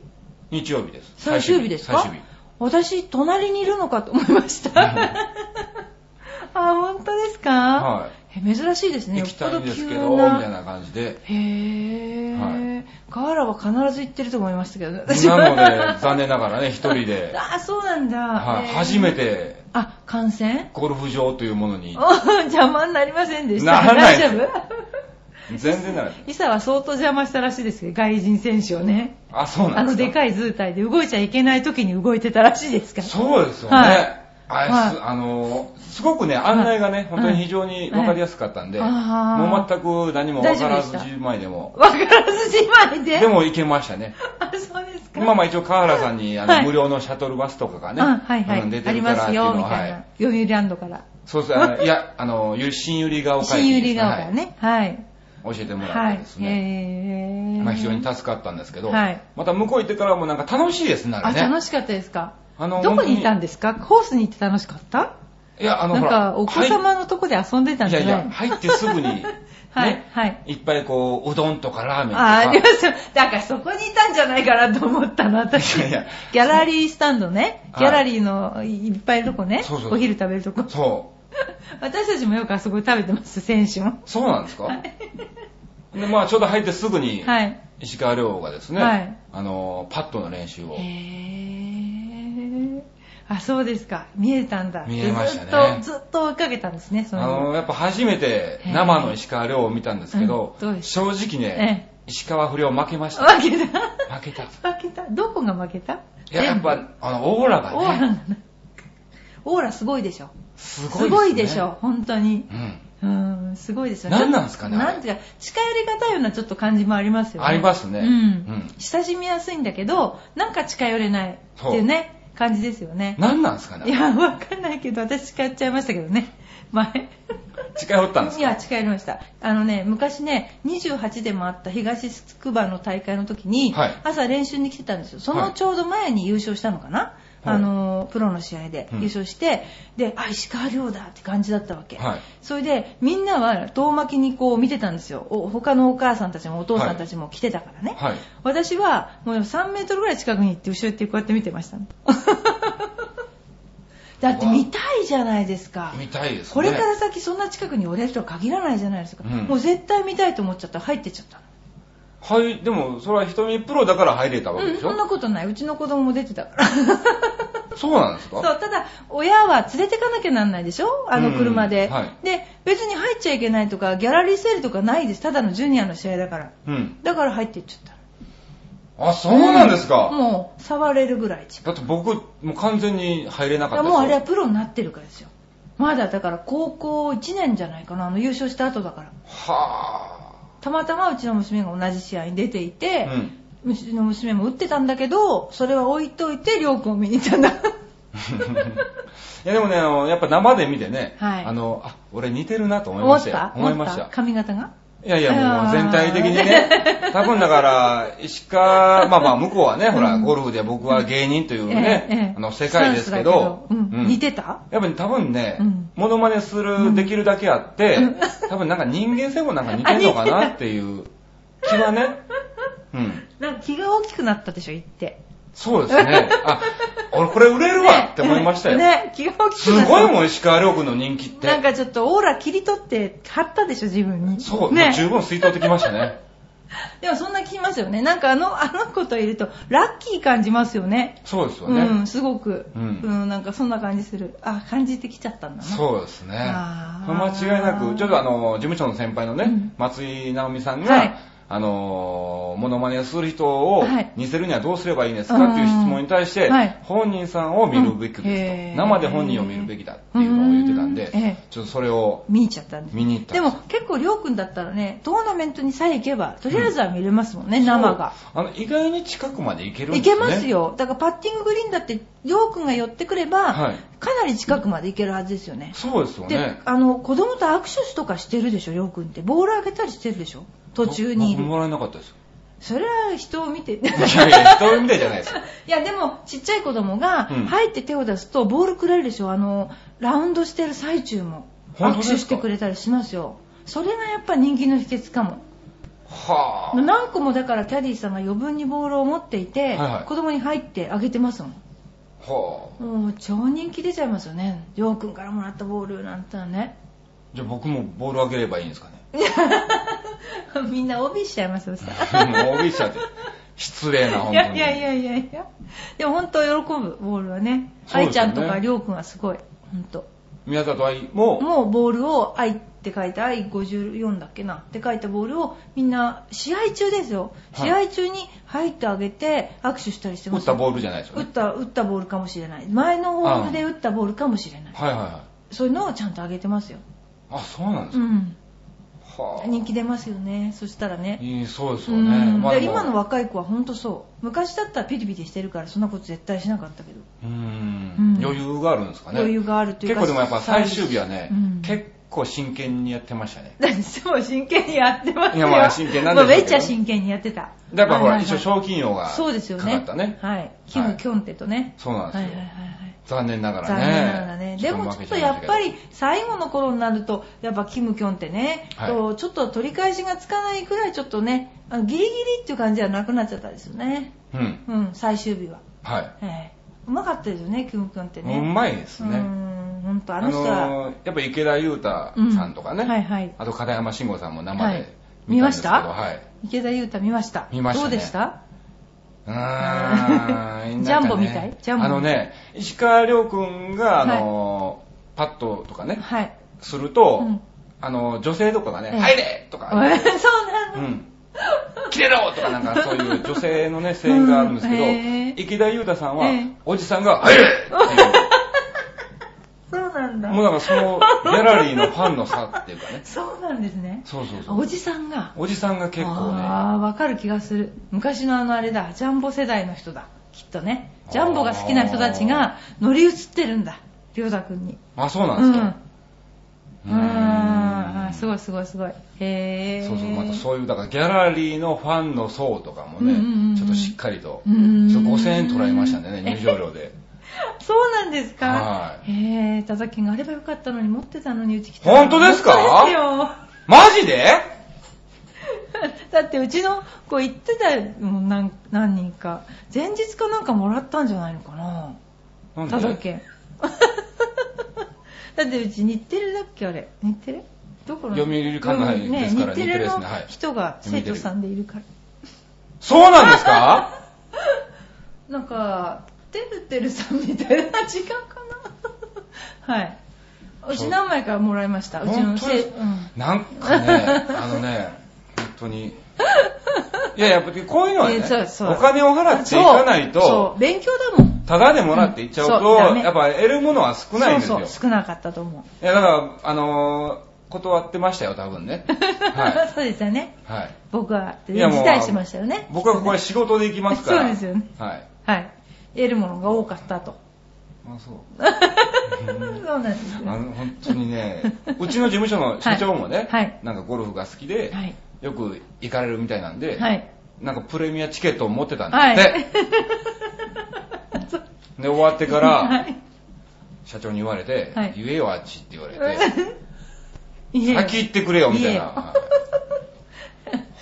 Speaker 1: 日曜日です。
Speaker 2: 最終日ですか
Speaker 1: 最終日。
Speaker 2: 私、隣にいるのかと思いました。 あ、本当ですか
Speaker 1: は
Speaker 2: え珍しいですね。
Speaker 1: 行きたいんですけ
Speaker 2: よ
Speaker 1: ど、
Speaker 2: っぽ
Speaker 1: み
Speaker 2: 急
Speaker 1: たいな感じで。
Speaker 2: へぇー。河原は必ず行ってると思いましたけどね、
Speaker 1: なので、残念ながらね、一人で、
Speaker 2: あ、そうなんだ。
Speaker 1: はい
Speaker 2: へー
Speaker 1: 初め。て
Speaker 2: あ、感染
Speaker 1: ゴルフ場というものに、
Speaker 2: お邪魔になりませんでした。
Speaker 1: ならないで
Speaker 2: 大
Speaker 1: す
Speaker 2: 丈夫
Speaker 1: 全然ならない。
Speaker 2: イサは相当邪魔したらしいですけど、外人選手をね。
Speaker 1: あ、そう
Speaker 2: あ
Speaker 1: なんです
Speaker 2: の
Speaker 1: か
Speaker 2: でかい図体で動いちゃいけない時に動いてたらしいですから。
Speaker 1: そうですよね。
Speaker 2: はい
Speaker 1: あれ
Speaker 2: はい
Speaker 1: すあのすごくね、案内がね、
Speaker 2: はい
Speaker 1: 本当に非常に分かりやすかったんで、
Speaker 2: はいあー
Speaker 1: もう全く何も分からず
Speaker 2: 大丈夫でした
Speaker 1: じまいでも、
Speaker 2: わからずじまいで。
Speaker 1: で、も行けましたね。
Speaker 2: あ、そうですか。
Speaker 1: まあまあ一応川原さんにあの、
Speaker 2: はい
Speaker 1: 無料のシャトルバスとかがね、
Speaker 2: あはいは
Speaker 1: うん出
Speaker 2: い。あ
Speaker 1: て
Speaker 2: り
Speaker 1: るか
Speaker 2: ま
Speaker 1: らっ
Speaker 2: す
Speaker 1: ていうの
Speaker 2: よ、
Speaker 1: は、
Speaker 2: みたい
Speaker 1: は
Speaker 2: な。読売ランドから。
Speaker 1: そうですあのいや、あの、ゆ新ゆりが丘
Speaker 2: 新
Speaker 1: 駅で
Speaker 2: 百
Speaker 1: す
Speaker 2: 合ヶ丘ね。はい。
Speaker 1: はい教えてもら
Speaker 2: は
Speaker 1: って
Speaker 2: い
Speaker 1: です。
Speaker 2: へ
Speaker 1: ね。
Speaker 2: え。
Speaker 1: まあ、非常に助かったんですけど、
Speaker 2: はい
Speaker 1: また向こう行ってからもなんか楽しいですね、あ
Speaker 2: あ、
Speaker 1: れね。
Speaker 2: 楽しかったですか。
Speaker 1: あの
Speaker 2: どこにいたん
Speaker 1: で
Speaker 2: ですかコースに行って楽しかった
Speaker 1: いや、あの、
Speaker 2: なんか、
Speaker 1: ほ
Speaker 2: お
Speaker 1: ら
Speaker 2: 子様のとこで遊んでた
Speaker 1: 入
Speaker 2: ん
Speaker 1: っい
Speaker 2: じ
Speaker 1: や
Speaker 2: ゃな
Speaker 1: い
Speaker 2: い
Speaker 1: や、入って すぐに、
Speaker 2: はい
Speaker 1: ね、
Speaker 2: はい。
Speaker 1: いっぱいこう、うどんとかラーメンと
Speaker 2: あ
Speaker 1: か。
Speaker 2: あ、ありますよ。だからそこにいたんじゃないかなと思っ たの、私。
Speaker 1: いやいや
Speaker 2: ギャラリースタンドね。
Speaker 1: はい
Speaker 2: ギャラリーのいっぱいいるとこね。
Speaker 1: そうそう
Speaker 2: お昼食べるとこ。
Speaker 1: そう。
Speaker 2: 私たちもよくあそこで食べてます、選手も。
Speaker 1: そうなんですか、で、まあ、ちょうど入ってすぐに、
Speaker 2: はい。
Speaker 1: 石川亮がですね、
Speaker 2: はい
Speaker 1: あの、パッドの練習を
Speaker 2: へ。ー。あ、そうですか。見えたんだ。
Speaker 1: 見えましたね
Speaker 2: ずっと、ずっと追いかけたんですね、そ
Speaker 1: あ
Speaker 2: の。
Speaker 1: の、やっぱ初めて生の石川亮を見たんですけど
Speaker 2: うん、どうです
Speaker 1: 正直ね、石川不良負けました。
Speaker 2: 負けた。
Speaker 1: 負けた。い
Speaker 2: 負けた。どこが負けた
Speaker 1: や、やっ
Speaker 2: 全部
Speaker 1: ぱ、あの、オーラがね、
Speaker 2: オーラがなオーラすごいでしょ。
Speaker 1: すごい
Speaker 2: すごいで
Speaker 1: ね
Speaker 2: しょ、。本当に。
Speaker 1: うん。
Speaker 2: うん、すごいですよ
Speaker 1: 何なんですかねあれ
Speaker 2: なんていうか、近寄りがたいようなちょっと感じもありますよね。
Speaker 1: ありますね
Speaker 2: うん。
Speaker 1: うん
Speaker 2: 親しみやすいんだけど、なんか近寄れないっていうね、感じですよね。
Speaker 1: 何なんですか
Speaker 2: い
Speaker 1: ね
Speaker 2: や、わかんないけど、私近寄っちゃいましたけどね、前。
Speaker 1: 近寄ったんです
Speaker 2: い
Speaker 1: か
Speaker 2: や、近寄りました。あのね、昔ね、28でもあった東筑波の大会の時に、
Speaker 1: はい
Speaker 2: 朝練習に来てたんですよ。そ
Speaker 1: は
Speaker 2: の
Speaker 1: い
Speaker 2: ちょうど前に優勝したのかな、
Speaker 1: はい
Speaker 2: あの、プロの試合で
Speaker 1: うん
Speaker 2: 優勝して、で、あ、石川遼だって感じだったわけ。
Speaker 1: はい
Speaker 2: それで、みんなは遠巻きにこう見てたんですよ。お他のお母さんたちもお父さんたちも来てたからね。
Speaker 1: はい。
Speaker 2: 私はもう3メートルぐらい近くに行って後ろ行ってこうやって見てました。だって見たいじゃないですか。
Speaker 1: 見たいですね。
Speaker 2: これから先そんな近くにおれるとは限らないじゃないですか、
Speaker 1: うん
Speaker 2: もう絶対見たいと思っちゃったら入ってっちゃった
Speaker 1: はい、でも、それは瞳プロだから入れたわ
Speaker 2: の
Speaker 1: け
Speaker 2: う
Speaker 1: で
Speaker 2: ん
Speaker 1: しょ、
Speaker 2: そんなことないうちの子供も出てたから
Speaker 1: そうなんです
Speaker 2: そ
Speaker 1: か
Speaker 2: うただ親は連れてかなきゃなんないでしょあの車で、
Speaker 1: うんはい
Speaker 2: で別に入っちゃいけないとかギャラリーセールとかないですただのジュニアの試合だから
Speaker 1: うん。
Speaker 2: だから入っていっちゃっ
Speaker 1: あ、
Speaker 2: た
Speaker 1: そ
Speaker 2: の
Speaker 1: うなんですか、
Speaker 2: もう触れるぐらい近
Speaker 1: だ
Speaker 2: い
Speaker 1: って僕、もう完全に入れなかった
Speaker 2: だから
Speaker 1: です
Speaker 2: もうあれは
Speaker 1: よ。
Speaker 2: プロになってるからですよまだだから高校1年じゃないかなあの優勝した後だから
Speaker 1: は
Speaker 2: たまたまうちの娘が同じ試合に出ていて、
Speaker 1: ぁ。うん。
Speaker 2: うちの娘も打ってたんだけど、それは置いといて、りょうくんを見に行ったんだ。
Speaker 1: いやでもね、あのやっぱ生で見てね、
Speaker 2: はい
Speaker 1: あの、あ、俺似てるなと思いましたよ。
Speaker 2: 思
Speaker 1: いま
Speaker 2: っ
Speaker 1: したた。
Speaker 2: 髪型が
Speaker 1: いやいや、も
Speaker 2: あ
Speaker 1: う
Speaker 2: ー
Speaker 1: 全体的に ね、多分だから、石川、まあまあ、向こうはね、ほら、ゴルフで僕は芸人というね、
Speaker 2: ええええ
Speaker 1: あの、世界ですけど
Speaker 2: ス、タンスだけどうん似てた
Speaker 1: やっぱり多分ね
Speaker 2: うん、
Speaker 1: モノマネする、できるだけあって、多分なんか人間性もなんか似てんのか なっていう気はね、うん。
Speaker 2: なんか気が大きくなったでしょ、行って。
Speaker 1: そうです ね。あ、俺これ売れるわって思いましたよ。
Speaker 2: ね、気が大き
Speaker 1: す
Speaker 2: くなった
Speaker 1: ごいもん、石川遼君の人気って。
Speaker 2: なんかちょっとオーラ切り取って貼ったでしょ、自分に。
Speaker 1: そう、も
Speaker 2: ね
Speaker 1: う。十分吸い取ってきましたね。
Speaker 2: でもそんな聞きますよね。なんかあの、あの子といると、ラッキー感じますよね。
Speaker 1: そうですよ
Speaker 2: う
Speaker 1: ね。
Speaker 2: ん、すごく。
Speaker 1: う
Speaker 2: うんん、なんかそんな感じする。あ、感じてきちゃったんだな。
Speaker 1: そうですね。
Speaker 2: あー
Speaker 1: 間違いなく、ちょっとあの、事務所の先輩のね、
Speaker 2: うん
Speaker 1: 松井直美さんが、
Speaker 2: はい
Speaker 1: あの、モノマネをする人を
Speaker 2: はい
Speaker 1: 似せるにはどうすればいいんですかっていう質問に対して、
Speaker 2: うんはい
Speaker 1: 本人さんを見るべき
Speaker 2: うん
Speaker 1: で
Speaker 2: へ
Speaker 1: す
Speaker 2: ー
Speaker 1: と、生で本人を見るべきだっていうのを言ってたんで、
Speaker 2: うんええ
Speaker 1: ちょっとそれを
Speaker 2: 見入っちゃったんです。
Speaker 1: 見に行った
Speaker 2: で
Speaker 1: んす
Speaker 2: も結構りょうくんだったらね、トーナメントにさえ行けば、とりあえずは見れますもんね、生が。
Speaker 1: そうあの意外に近くまで行けるん
Speaker 2: い
Speaker 1: ですね
Speaker 2: けますよ。だからパッティンググリーンだって、りょうくんが寄ってくれば、
Speaker 1: はい
Speaker 2: かなり近くまで行けるはずですよね。
Speaker 1: そうですよ
Speaker 2: で
Speaker 1: ね、
Speaker 2: あの、子供と握手とかしてるでしょ、りょうくんって。ボールあげたりしてるでしょ途中にい
Speaker 1: 僕
Speaker 2: る。
Speaker 1: もらえなかったですよ
Speaker 2: それは人を見て。い
Speaker 1: いやいや人を見てじゃないですよ
Speaker 2: や、でも、ちっ ちゃい子供が、
Speaker 1: うん
Speaker 2: 入って手を出すと、ボールくれるでしょあの、ラウンドしてる最中も。
Speaker 1: 本当
Speaker 2: 握
Speaker 1: ですか
Speaker 2: 手してくれたりしますよ。それがやっぱ人気の秘訣かも。
Speaker 1: はあ
Speaker 2: 何個もだからキャディーさんが余分にボールを持ってい
Speaker 1: は
Speaker 2: て、
Speaker 1: いはい
Speaker 2: 子供に入ってあげてますもん。
Speaker 1: はあ
Speaker 2: もう超人気出ちゃいますよね。ジョー君からもらったボールなんてのはね。
Speaker 1: じゃあ僕もボールあげればいいんですかね
Speaker 2: みんな OB しちゃいますよ、さ。
Speaker 1: もうびしちゃって。失礼な、本当
Speaker 2: いや
Speaker 1: に。
Speaker 2: いやいやいやいや。でも本当喜ぶ、ボールはね。
Speaker 1: そうですよね
Speaker 2: 愛ちゃんとかりょうくんはすごい。本当。
Speaker 1: 宮里藍も、
Speaker 2: もうボールを愛って書いた愛54だっけなって書いたボールをみんな試合中ですよ。
Speaker 1: はい
Speaker 2: 試合中に入ってあげて握手したりして
Speaker 1: 打
Speaker 2: ま
Speaker 1: っ
Speaker 2: す。
Speaker 1: たボールじゃないですよ
Speaker 2: 打っ
Speaker 1: ね。
Speaker 2: た、打ったボールかもしれない。前のホールで打ったボールかもしれない。
Speaker 1: はいはいはい。
Speaker 2: そういうのをちゃんとあげてますよ。
Speaker 1: あ、そうなんです
Speaker 2: う
Speaker 1: か。
Speaker 2: ん。
Speaker 1: はあ
Speaker 2: 人気出ますよね。そしたらね。
Speaker 1: いいそうです
Speaker 2: う
Speaker 1: よね。
Speaker 2: ん
Speaker 1: まあ
Speaker 2: で
Speaker 1: でも
Speaker 2: 今の若い子は本当そう昔だったらピリピリしてるからそんなこと絶対しなかったけど、
Speaker 1: う
Speaker 2: うんん
Speaker 1: 余裕があるんですかね。
Speaker 2: 余裕があるとい
Speaker 1: 結
Speaker 2: うか
Speaker 1: 構でもやっぱ最終日はね
Speaker 2: うん、
Speaker 1: 結構真剣にやってましたね。
Speaker 2: だってもう真剣にやってますよ
Speaker 1: いやまあ真剣なんでしょうけど
Speaker 2: もうめっちゃ真剣にやってた
Speaker 1: だからほ
Speaker 2: は
Speaker 1: ら、
Speaker 2: いはい
Speaker 1: 一
Speaker 2: は
Speaker 1: 応
Speaker 2: い
Speaker 1: 賞金王がか
Speaker 2: そうですよね
Speaker 1: かったね。
Speaker 2: はいキム・キョンテとね、
Speaker 1: そうなんで
Speaker 2: はい、はい
Speaker 1: す
Speaker 2: はい
Speaker 1: よ
Speaker 2: はい。
Speaker 1: 残念ながらね。
Speaker 2: 残念ながらねでもちょっとやっ
Speaker 1: ち
Speaker 2: ぱ
Speaker 1: ょ
Speaker 2: り最後の頃になるとやっぱキム・キョンテね、
Speaker 1: はい
Speaker 2: とちょっと取り返しがつかないくらいちょっとねあのギリギリっていう感じはなくなっちゃったですよね
Speaker 1: と負けちゃいましたけど。うん。
Speaker 2: うん最終日は、
Speaker 1: はい。
Speaker 2: ええうまかったですよねキム・キョンテね
Speaker 1: うまいです
Speaker 2: う
Speaker 1: ね。
Speaker 2: ん、本当あ
Speaker 1: あ
Speaker 2: の人は、
Speaker 1: のー、やっぱ池田裕太さんとかね。
Speaker 2: うんはいはい。
Speaker 1: あと片山慎吾さんも生
Speaker 2: は
Speaker 1: で
Speaker 2: い
Speaker 1: 見たんですけど、
Speaker 2: 見ました
Speaker 1: はい。
Speaker 2: 池田優太見ました。
Speaker 1: 見ましたね
Speaker 2: どうでした
Speaker 1: うーん
Speaker 2: ジャン
Speaker 1: なんか
Speaker 2: ボ
Speaker 1: ね
Speaker 2: みたいジャンボ
Speaker 1: あのね、石川亮君が、あのーパッドとかね、
Speaker 2: はい。
Speaker 1: すると、
Speaker 2: うん
Speaker 1: あの、女性とかがね、
Speaker 2: ええ
Speaker 1: 入れと
Speaker 2: そう
Speaker 1: か、
Speaker 2: な
Speaker 1: う
Speaker 2: の、
Speaker 1: ん。切れろとかなんかそういう女性のね、声援があるんですけど、
Speaker 2: うんへえ
Speaker 1: 池田裕太さんは、
Speaker 2: ええ
Speaker 1: おじさん が、入れって
Speaker 2: そうなん
Speaker 1: いう、
Speaker 2: だ。、
Speaker 1: もうなんかその、ギャラリーのファンの差っていうかね
Speaker 2: そうなんですね。
Speaker 1: そうそうそう。
Speaker 2: おじさんが。
Speaker 1: おじさんが結構ね、
Speaker 2: ああ、わかる気がする。昔のあのあれだ、ジャンボ世代の人だ。きっとね。ジャンボが好きな人たちが乗り移ってるんだ。りょうたくんに。
Speaker 1: あ、そう
Speaker 2: う
Speaker 1: なんです
Speaker 2: ん
Speaker 1: か。。
Speaker 2: う
Speaker 1: うー
Speaker 2: ん。
Speaker 1: ん
Speaker 2: あーすごいすごいすごい。へえ。
Speaker 1: そうそう、またそういう、だからギャラリーのファンの層とかも
Speaker 2: うんうんうんう
Speaker 1: ね、
Speaker 2: ん
Speaker 1: ちょっとしっかりと、
Speaker 2: うーん
Speaker 1: ちょっと5000円取られましたんでね、入場料で。
Speaker 2: そうなんですか。
Speaker 1: は
Speaker 2: へえ、たたきがあればよかったのに持ってたのにうち来た。
Speaker 1: 本当ですか
Speaker 2: 本当
Speaker 1: マジで
Speaker 2: ですよ。 だってうちの子行ってたもん何何人か。前日かなんかもらったんじゃないのかな。
Speaker 1: なん
Speaker 2: たた
Speaker 1: で
Speaker 2: け。だってうち日テレだっけあれ。日テレどこの
Speaker 1: 読売関内ですから日
Speaker 2: ね日
Speaker 1: テ
Speaker 2: テ
Speaker 1: レ
Speaker 2: レ
Speaker 1: です
Speaker 2: の
Speaker 1: ねはい
Speaker 2: 人が生徒さんでいるから。
Speaker 1: そうなんですか
Speaker 2: なんか、てるてるさんみたいな時間かな。 はい。うち何枚かもらいました。うち
Speaker 1: 本
Speaker 2: の
Speaker 1: 当で
Speaker 2: せい、
Speaker 1: す
Speaker 2: うん。
Speaker 1: なんかね、 あのね、本当に。いや、やっぱりこういうのはね、
Speaker 2: えそうそう
Speaker 1: お金を払っていかない
Speaker 2: そう
Speaker 1: と
Speaker 2: そ、う、勉強だもん。
Speaker 1: ただでもらっていっちゃう
Speaker 2: うんそうダ
Speaker 1: と、
Speaker 2: メ
Speaker 1: やっぱ得るものは少ないんですよ。
Speaker 2: そうそう、少なかったと思
Speaker 1: いや、だから、あのー、断ってましたよ、多分 ね。
Speaker 2: う。
Speaker 1: は
Speaker 2: そうですよね。
Speaker 1: い。はい。
Speaker 2: 僕は、辞
Speaker 1: いやもう
Speaker 2: 退しましたよね。
Speaker 1: 僕はこれ仕事で行きますから。
Speaker 2: そうですよね
Speaker 1: はい。
Speaker 2: はい。得るものが多かったと。
Speaker 1: あ、そう。
Speaker 2: そうなんですよ。
Speaker 1: あ
Speaker 2: は
Speaker 1: の本当にね、うちの事務所の社長もね、
Speaker 2: はいはい
Speaker 1: なんかゴルフが好きで、
Speaker 2: い。
Speaker 1: よく行かれるみたいなんで、
Speaker 2: はい。
Speaker 1: なんかプレミアチケットを持ってたん
Speaker 2: はい。
Speaker 1: ですって、 で、終わってか
Speaker 2: は
Speaker 1: ら、
Speaker 2: い
Speaker 1: 社長に言われて、
Speaker 2: はい
Speaker 1: 言えよあっちって言われて、
Speaker 2: いえ
Speaker 1: 先行ってくれよみたいな。
Speaker 2: 言えよ
Speaker 1: はい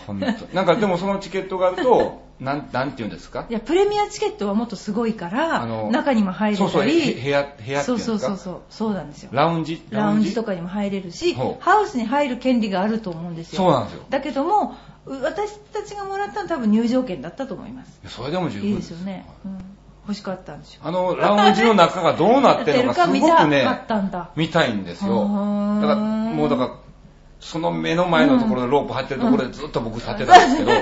Speaker 1: 本当なんかでもそのチケットがあると、なん、なんて言うんですか
Speaker 2: いやプレミアチケットはもっとすごいから
Speaker 1: あの
Speaker 2: 中にも入れた
Speaker 1: そ
Speaker 2: り
Speaker 1: うそう、へ部屋、部屋っていうん
Speaker 2: そう
Speaker 1: ですか
Speaker 2: そうそうそうそうなんですよ
Speaker 1: ラウンジ
Speaker 2: ラウンジとかにも入れるし
Speaker 1: ほう
Speaker 2: ハウスに入る権利があると思うんですよ
Speaker 1: そうなんですよ
Speaker 2: だけどもう私たちがもらったのは多分入場券だったと思います
Speaker 1: それでも十分
Speaker 2: いいですよね、うん、欲しかったんでしょ
Speaker 1: あの、ラウンジの中がどうなってるのか、す
Speaker 2: 見
Speaker 1: ご
Speaker 2: た
Speaker 1: く
Speaker 2: かっ
Speaker 1: ね、
Speaker 2: たんだ
Speaker 1: 見たいんです
Speaker 2: う
Speaker 1: よ。
Speaker 2: ーん
Speaker 1: だから、もうだから、その目の前のところでロープ張ってるところでずっと僕立ってたんですけど、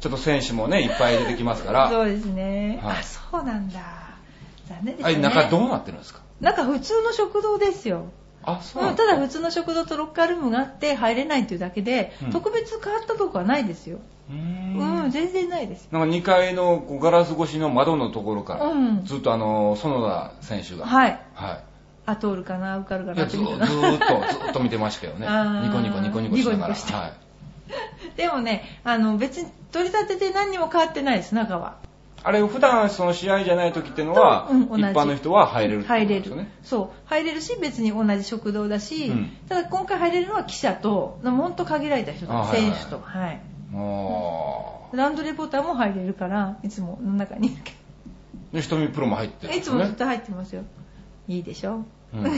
Speaker 1: ちょっと選手もね、いっぱい出てきますから、
Speaker 2: そうですね、
Speaker 1: はい
Speaker 2: あそうなんだ残念で
Speaker 1: あ
Speaker 2: し
Speaker 1: れ
Speaker 2: たね
Speaker 1: 中どうなってるんですか
Speaker 2: 中普通の食堂ですよ
Speaker 1: あ、そううなんん
Speaker 2: ただ
Speaker 1: う
Speaker 2: 普通の食堂とロッカールームがあって入れないというだけで、
Speaker 1: うん
Speaker 2: 特別変わったとこはないですよ、
Speaker 1: ー
Speaker 2: うんん全然ないです
Speaker 1: なんか2階のこうガラス越しの窓のところから、
Speaker 2: うん
Speaker 1: ずっとあの、園田選手が、い。
Speaker 2: はい
Speaker 1: は
Speaker 2: あ通るかな受かるか
Speaker 1: い。いや
Speaker 2: な
Speaker 1: ず
Speaker 2: て
Speaker 1: ず
Speaker 2: 見て
Speaker 1: ー
Speaker 2: た
Speaker 1: っと、ずーっと見てましたよね。
Speaker 2: あー
Speaker 1: ニコニコニコニコしなが
Speaker 2: ニコニ
Speaker 1: ら。
Speaker 2: コして
Speaker 1: はい。
Speaker 2: でもねあの別に取り立てて何にも変わってないです中は
Speaker 1: あれ、普段その試合じゃない時っていうのは、
Speaker 2: うん
Speaker 1: 一
Speaker 2: 同じ
Speaker 1: 般の人は入れるってこと
Speaker 2: 入れ
Speaker 1: ですよ
Speaker 2: る
Speaker 1: ね。
Speaker 2: そう入れるし別に同じ食堂だし、
Speaker 1: うん
Speaker 2: ただ今回入れるのは記者とほんと限られた人
Speaker 1: あ
Speaker 2: と
Speaker 1: はいはい
Speaker 2: 選
Speaker 1: はい
Speaker 2: 手とはい
Speaker 1: も
Speaker 2: ラウンドレポーターも入れるからいつもの中に
Speaker 1: う、で、瞳プロも入ってるん
Speaker 2: い
Speaker 1: で
Speaker 2: つ
Speaker 1: すよ
Speaker 2: も
Speaker 1: ね。
Speaker 2: ずっと入ってますよいいでしょ
Speaker 1: うん。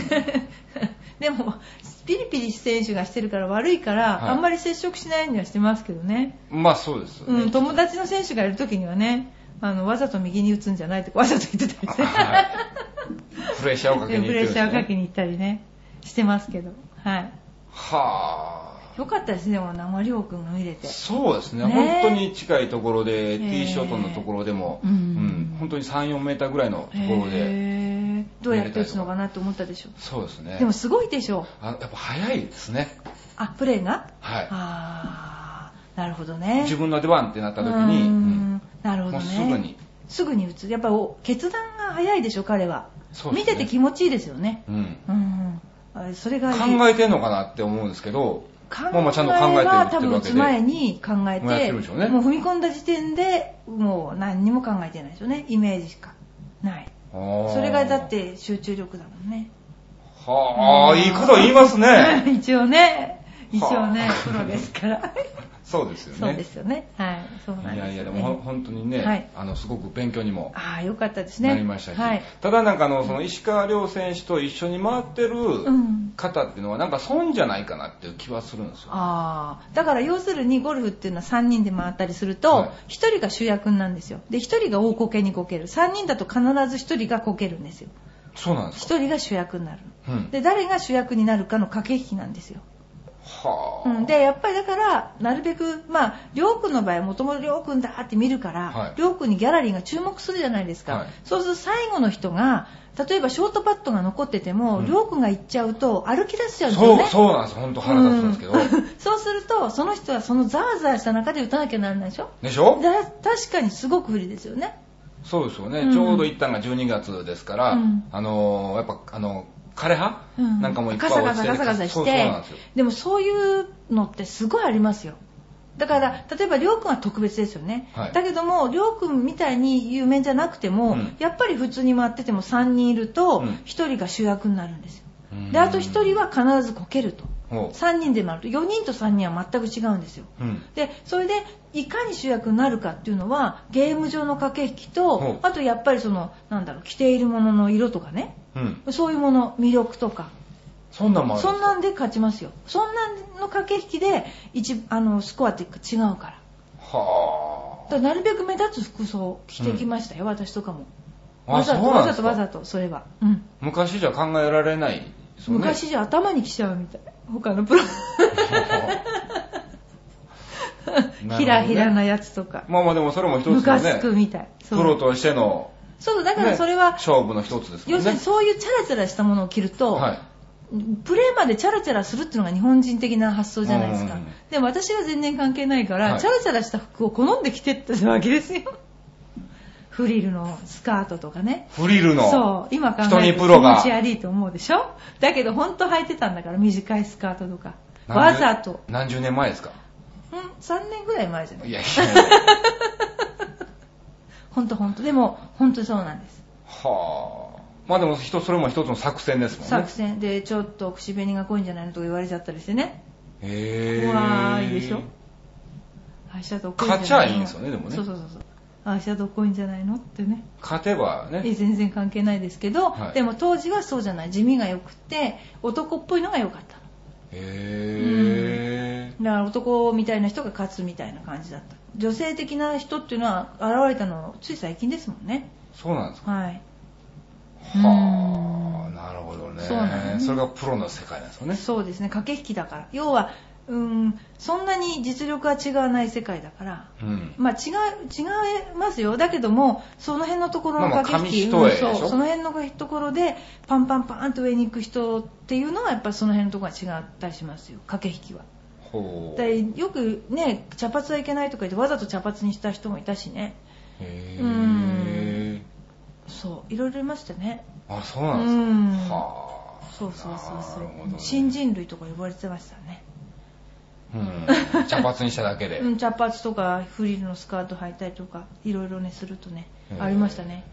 Speaker 2: でもピリピリ選手がしてるから悪いから、
Speaker 1: はい
Speaker 2: あんまり接触しないようにはしてますけどね、
Speaker 1: まあそうですよね。
Speaker 2: うん、友達の選手がいる時にはねあのわざと右に打つんじゃないとかわ ざと言ってたりして、
Speaker 1: はいプレッシャーをかけに行っ
Speaker 2: プ
Speaker 1: て
Speaker 2: レ
Speaker 1: るんで
Speaker 2: ッ
Speaker 1: す
Speaker 2: シ
Speaker 1: ね
Speaker 2: ャーをかけに行ったりねしてますけど、はい、
Speaker 1: は
Speaker 2: よかったですねでも生涼君が見れて
Speaker 1: あ。そうですね
Speaker 2: ねえ
Speaker 1: 本当に近いところで、
Speaker 2: え
Speaker 1: T ショートのところでも、
Speaker 2: うん
Speaker 1: うん本当に3、4メーターぐらいのところで、
Speaker 2: へーどうやって打つのかなって思ったでしょ
Speaker 1: そうですね。
Speaker 2: でもすごいでしょ
Speaker 1: あやっぱ早いですね。
Speaker 2: あプレーが
Speaker 1: はい。
Speaker 2: あーなるほどね
Speaker 1: 自分の出番ってなった時
Speaker 2: う
Speaker 1: に、
Speaker 2: ー
Speaker 1: うん
Speaker 2: んなるほ
Speaker 1: も
Speaker 2: ど
Speaker 1: う
Speaker 2: ね
Speaker 1: すぐに。
Speaker 2: すぐに打つやっぱお決断が早いでしょ彼は、
Speaker 1: そうで
Speaker 2: 見
Speaker 1: すね
Speaker 2: てて気持ちいいですよね
Speaker 1: うん
Speaker 2: うんあそれがいい
Speaker 1: 考えてんのかなって思うんですけど、
Speaker 2: 考え
Speaker 1: まあまあちゃんと考えて
Speaker 2: は
Speaker 1: 打って
Speaker 2: 多
Speaker 1: る
Speaker 2: 分
Speaker 1: わ
Speaker 2: 打
Speaker 1: け
Speaker 2: つ
Speaker 1: で
Speaker 2: 前に考え
Speaker 1: もうやって
Speaker 2: て
Speaker 1: るでしょうね
Speaker 2: もう踏み込んだ時点でもう何にも考えてないですよねイメージしかないそ
Speaker 1: そ
Speaker 2: れがだっ、て集中力だもんね
Speaker 1: はあ、いいこと言いますね。
Speaker 2: 一応ね一応ね
Speaker 1: はあ
Speaker 2: プロですから
Speaker 1: そうですよね。
Speaker 2: そうですよねはいそうな
Speaker 1: い
Speaker 2: んですよ
Speaker 1: や
Speaker 2: ね
Speaker 1: いや、でもほん本当にね、
Speaker 2: はい
Speaker 1: あの、すごく勉強にも
Speaker 2: ああよかったですね
Speaker 1: なりましたし、
Speaker 2: はい
Speaker 1: ただなんかあの、その石川遼選手と一緒に回ってる
Speaker 2: ん
Speaker 1: 方っていうのは、なんか損じゃないかなっていう気はするんですよ。
Speaker 2: ああだから要するにゴルフっていうのは3人で回ったりすると、
Speaker 1: はい
Speaker 2: 1人が主役なんですよで1人が大こけにこける3人だと必ず1人がこけるんですよ
Speaker 1: そうなんですか。
Speaker 2: 1人が主役になる
Speaker 1: うん。
Speaker 2: で誰が主役になるかの駆け引きなんですよ、
Speaker 1: はあ。
Speaker 2: うん、でやっぱりだからなるべくまあ亮君の場合はもともと亮君だって見るか
Speaker 1: は
Speaker 2: ら
Speaker 1: い
Speaker 2: 亮、君にギャラリーが注目するじゃないですか、
Speaker 1: はい
Speaker 2: そうすると最後の人が例えばショートパットが残ってても
Speaker 1: うん
Speaker 2: 亮、君が行っちゃうと歩き出しちゃうんですよ
Speaker 1: そ
Speaker 2: ね
Speaker 1: う、そうなんです。本当腹立つんですけど。
Speaker 2: うん そうするとその人はそのザワザワした中で打たなきゃならないでしょ
Speaker 1: でしょ
Speaker 2: だ確かにすごく不利ですよね
Speaker 1: そうですよね、
Speaker 2: うん
Speaker 1: ちょうど行ったのが12月ですから、
Speaker 2: うん
Speaker 1: あのーやっぱあの枯葉、
Speaker 2: うん
Speaker 1: なんかもういっぱい
Speaker 2: ガ
Speaker 1: 落ち
Speaker 2: サガサ
Speaker 1: て
Speaker 2: ガサガサして
Speaker 1: そうそうなんですよ
Speaker 2: でもそういうのってすごいありますよだから例えばりょうくんは特別ですよね、
Speaker 1: はい
Speaker 2: だけどもりょうくんみたいに有名じゃなくても、
Speaker 1: うん
Speaker 2: やっぱり普通に回ってても3人いると
Speaker 1: うん
Speaker 2: 1人が主役になるんですよ、
Speaker 1: うん
Speaker 2: であと1人は必ずこけると
Speaker 1: ほ
Speaker 2: 3人で回ると4人と3人は全く違うんですよ
Speaker 1: ううん
Speaker 2: でそれでいかに主役になるかっていうのはゲーム上の駆け引き
Speaker 1: ほ
Speaker 2: と
Speaker 1: う
Speaker 2: あとやっぱりそのなんだろう着ているものの色とかね
Speaker 1: うん、
Speaker 2: そういうもの魅力とか
Speaker 1: そんなんもある
Speaker 2: そんなん
Speaker 1: で
Speaker 2: で勝ちますよそんなんの駆け引きで一あのスコアって違うから
Speaker 1: すかは
Speaker 2: だからなるべく目立つ服装を着てきましたよ、私とかも
Speaker 1: あ
Speaker 2: わざ
Speaker 1: あ
Speaker 2: と
Speaker 1: そう
Speaker 2: わ
Speaker 1: なんで
Speaker 2: ざ
Speaker 1: す
Speaker 2: と
Speaker 1: か
Speaker 2: わざとそれは、うん、
Speaker 1: 昔じゃ考えられないですよね
Speaker 2: 昔じゃ頭に来ちゃうみたい他のプロ
Speaker 1: ね
Speaker 2: ひらひらなやつとか、
Speaker 1: まあまあでもそれも一つ
Speaker 2: ム
Speaker 1: で
Speaker 2: カ
Speaker 1: すね
Speaker 2: つくみたい
Speaker 1: プ
Speaker 2: そう
Speaker 1: ロとしての、
Speaker 2: そう
Speaker 1: ね
Speaker 2: だからそれは、
Speaker 1: 勝負の一つですも
Speaker 2: 要
Speaker 1: ん
Speaker 2: する
Speaker 1: ね
Speaker 2: にそういうチャラチャラしたものを着ると、
Speaker 1: はい
Speaker 2: プレーまでチャラチャラするっていうのが日本人的な発想じゃないです
Speaker 1: う
Speaker 2: か
Speaker 1: ん
Speaker 2: でも私は全然関係ないから、
Speaker 1: はい
Speaker 2: チャラチャラした服を好んで着てったわけですよフリルのスカートとかね
Speaker 1: フリルの
Speaker 2: そう今考
Speaker 1: 人
Speaker 2: え
Speaker 1: に
Speaker 2: ると
Speaker 1: プ
Speaker 2: 気
Speaker 1: ロが
Speaker 2: 持ち悪いと思うでしょだけど本当履いてたんだから短いスカートとかわ
Speaker 1: 何十
Speaker 2: ざと
Speaker 1: 何十年前ですか
Speaker 2: うん3年ぐらい前じゃない
Speaker 1: いやいやいや
Speaker 2: 本当本当でも本当そうなんです
Speaker 1: はあまあでも一つそれも一つの作戦ですもんね
Speaker 2: 作戦でちょっと口紅が濃いんじゃないのとか言われちゃったりしてね
Speaker 1: へえ
Speaker 2: 怖いでしょアイシャドウ濃いん
Speaker 1: 勝
Speaker 2: じ
Speaker 1: ち
Speaker 2: ゃ
Speaker 1: ゃ
Speaker 2: ない
Speaker 1: い
Speaker 2: の
Speaker 1: いんですよね、でもね
Speaker 2: そう。そうそうそうアイシャドウ濃いんじゃないのってね
Speaker 1: 勝てば
Speaker 2: え
Speaker 1: ね。
Speaker 2: 全然関係ないですけど、
Speaker 1: はい
Speaker 2: でも当時はそうじゃない地味が良くて男っぽいのが良かった
Speaker 1: へ
Speaker 2: だから男みたいな人が勝つみたいな感じだった女性的な人っていうのは現れたのつい最近ですもんね
Speaker 1: ー。そうなんですか。
Speaker 2: はい
Speaker 1: はあ、なるほどね。
Speaker 2: そうなんですね
Speaker 1: それがプロの世界なんですよね。
Speaker 2: そうですね駆け引きだから要はうんそんなに実力は違わない世界だから
Speaker 1: うん。
Speaker 2: まあ違う違いますよだけどもその辺のところの
Speaker 1: まあまあ
Speaker 2: 駆け引き、
Speaker 1: 紙一重
Speaker 2: うん
Speaker 1: でし
Speaker 2: そ
Speaker 1: ょ
Speaker 2: うその辺のところでパンパンパンと上に行く人っていうのはやっぱその辺のところが違ったりしますよ駆け引きは
Speaker 1: ほう。
Speaker 2: でよくね茶髪はいけないとか言ってわざと茶髪にした人もいたしね
Speaker 1: へ
Speaker 2: う
Speaker 1: ー
Speaker 2: ん。そういろいろいましたね
Speaker 1: あ、そうなんですか。
Speaker 2: うん
Speaker 1: はあ。
Speaker 2: そうそうそうそう、
Speaker 1: なるほどね
Speaker 2: 新。人類とか呼ばれてましたね、
Speaker 1: うん。茶髪にしただけ で。
Speaker 2: うん、茶髪とかフリルのスカート履いたりとかいろいろねするとね
Speaker 1: へー
Speaker 2: ありましたね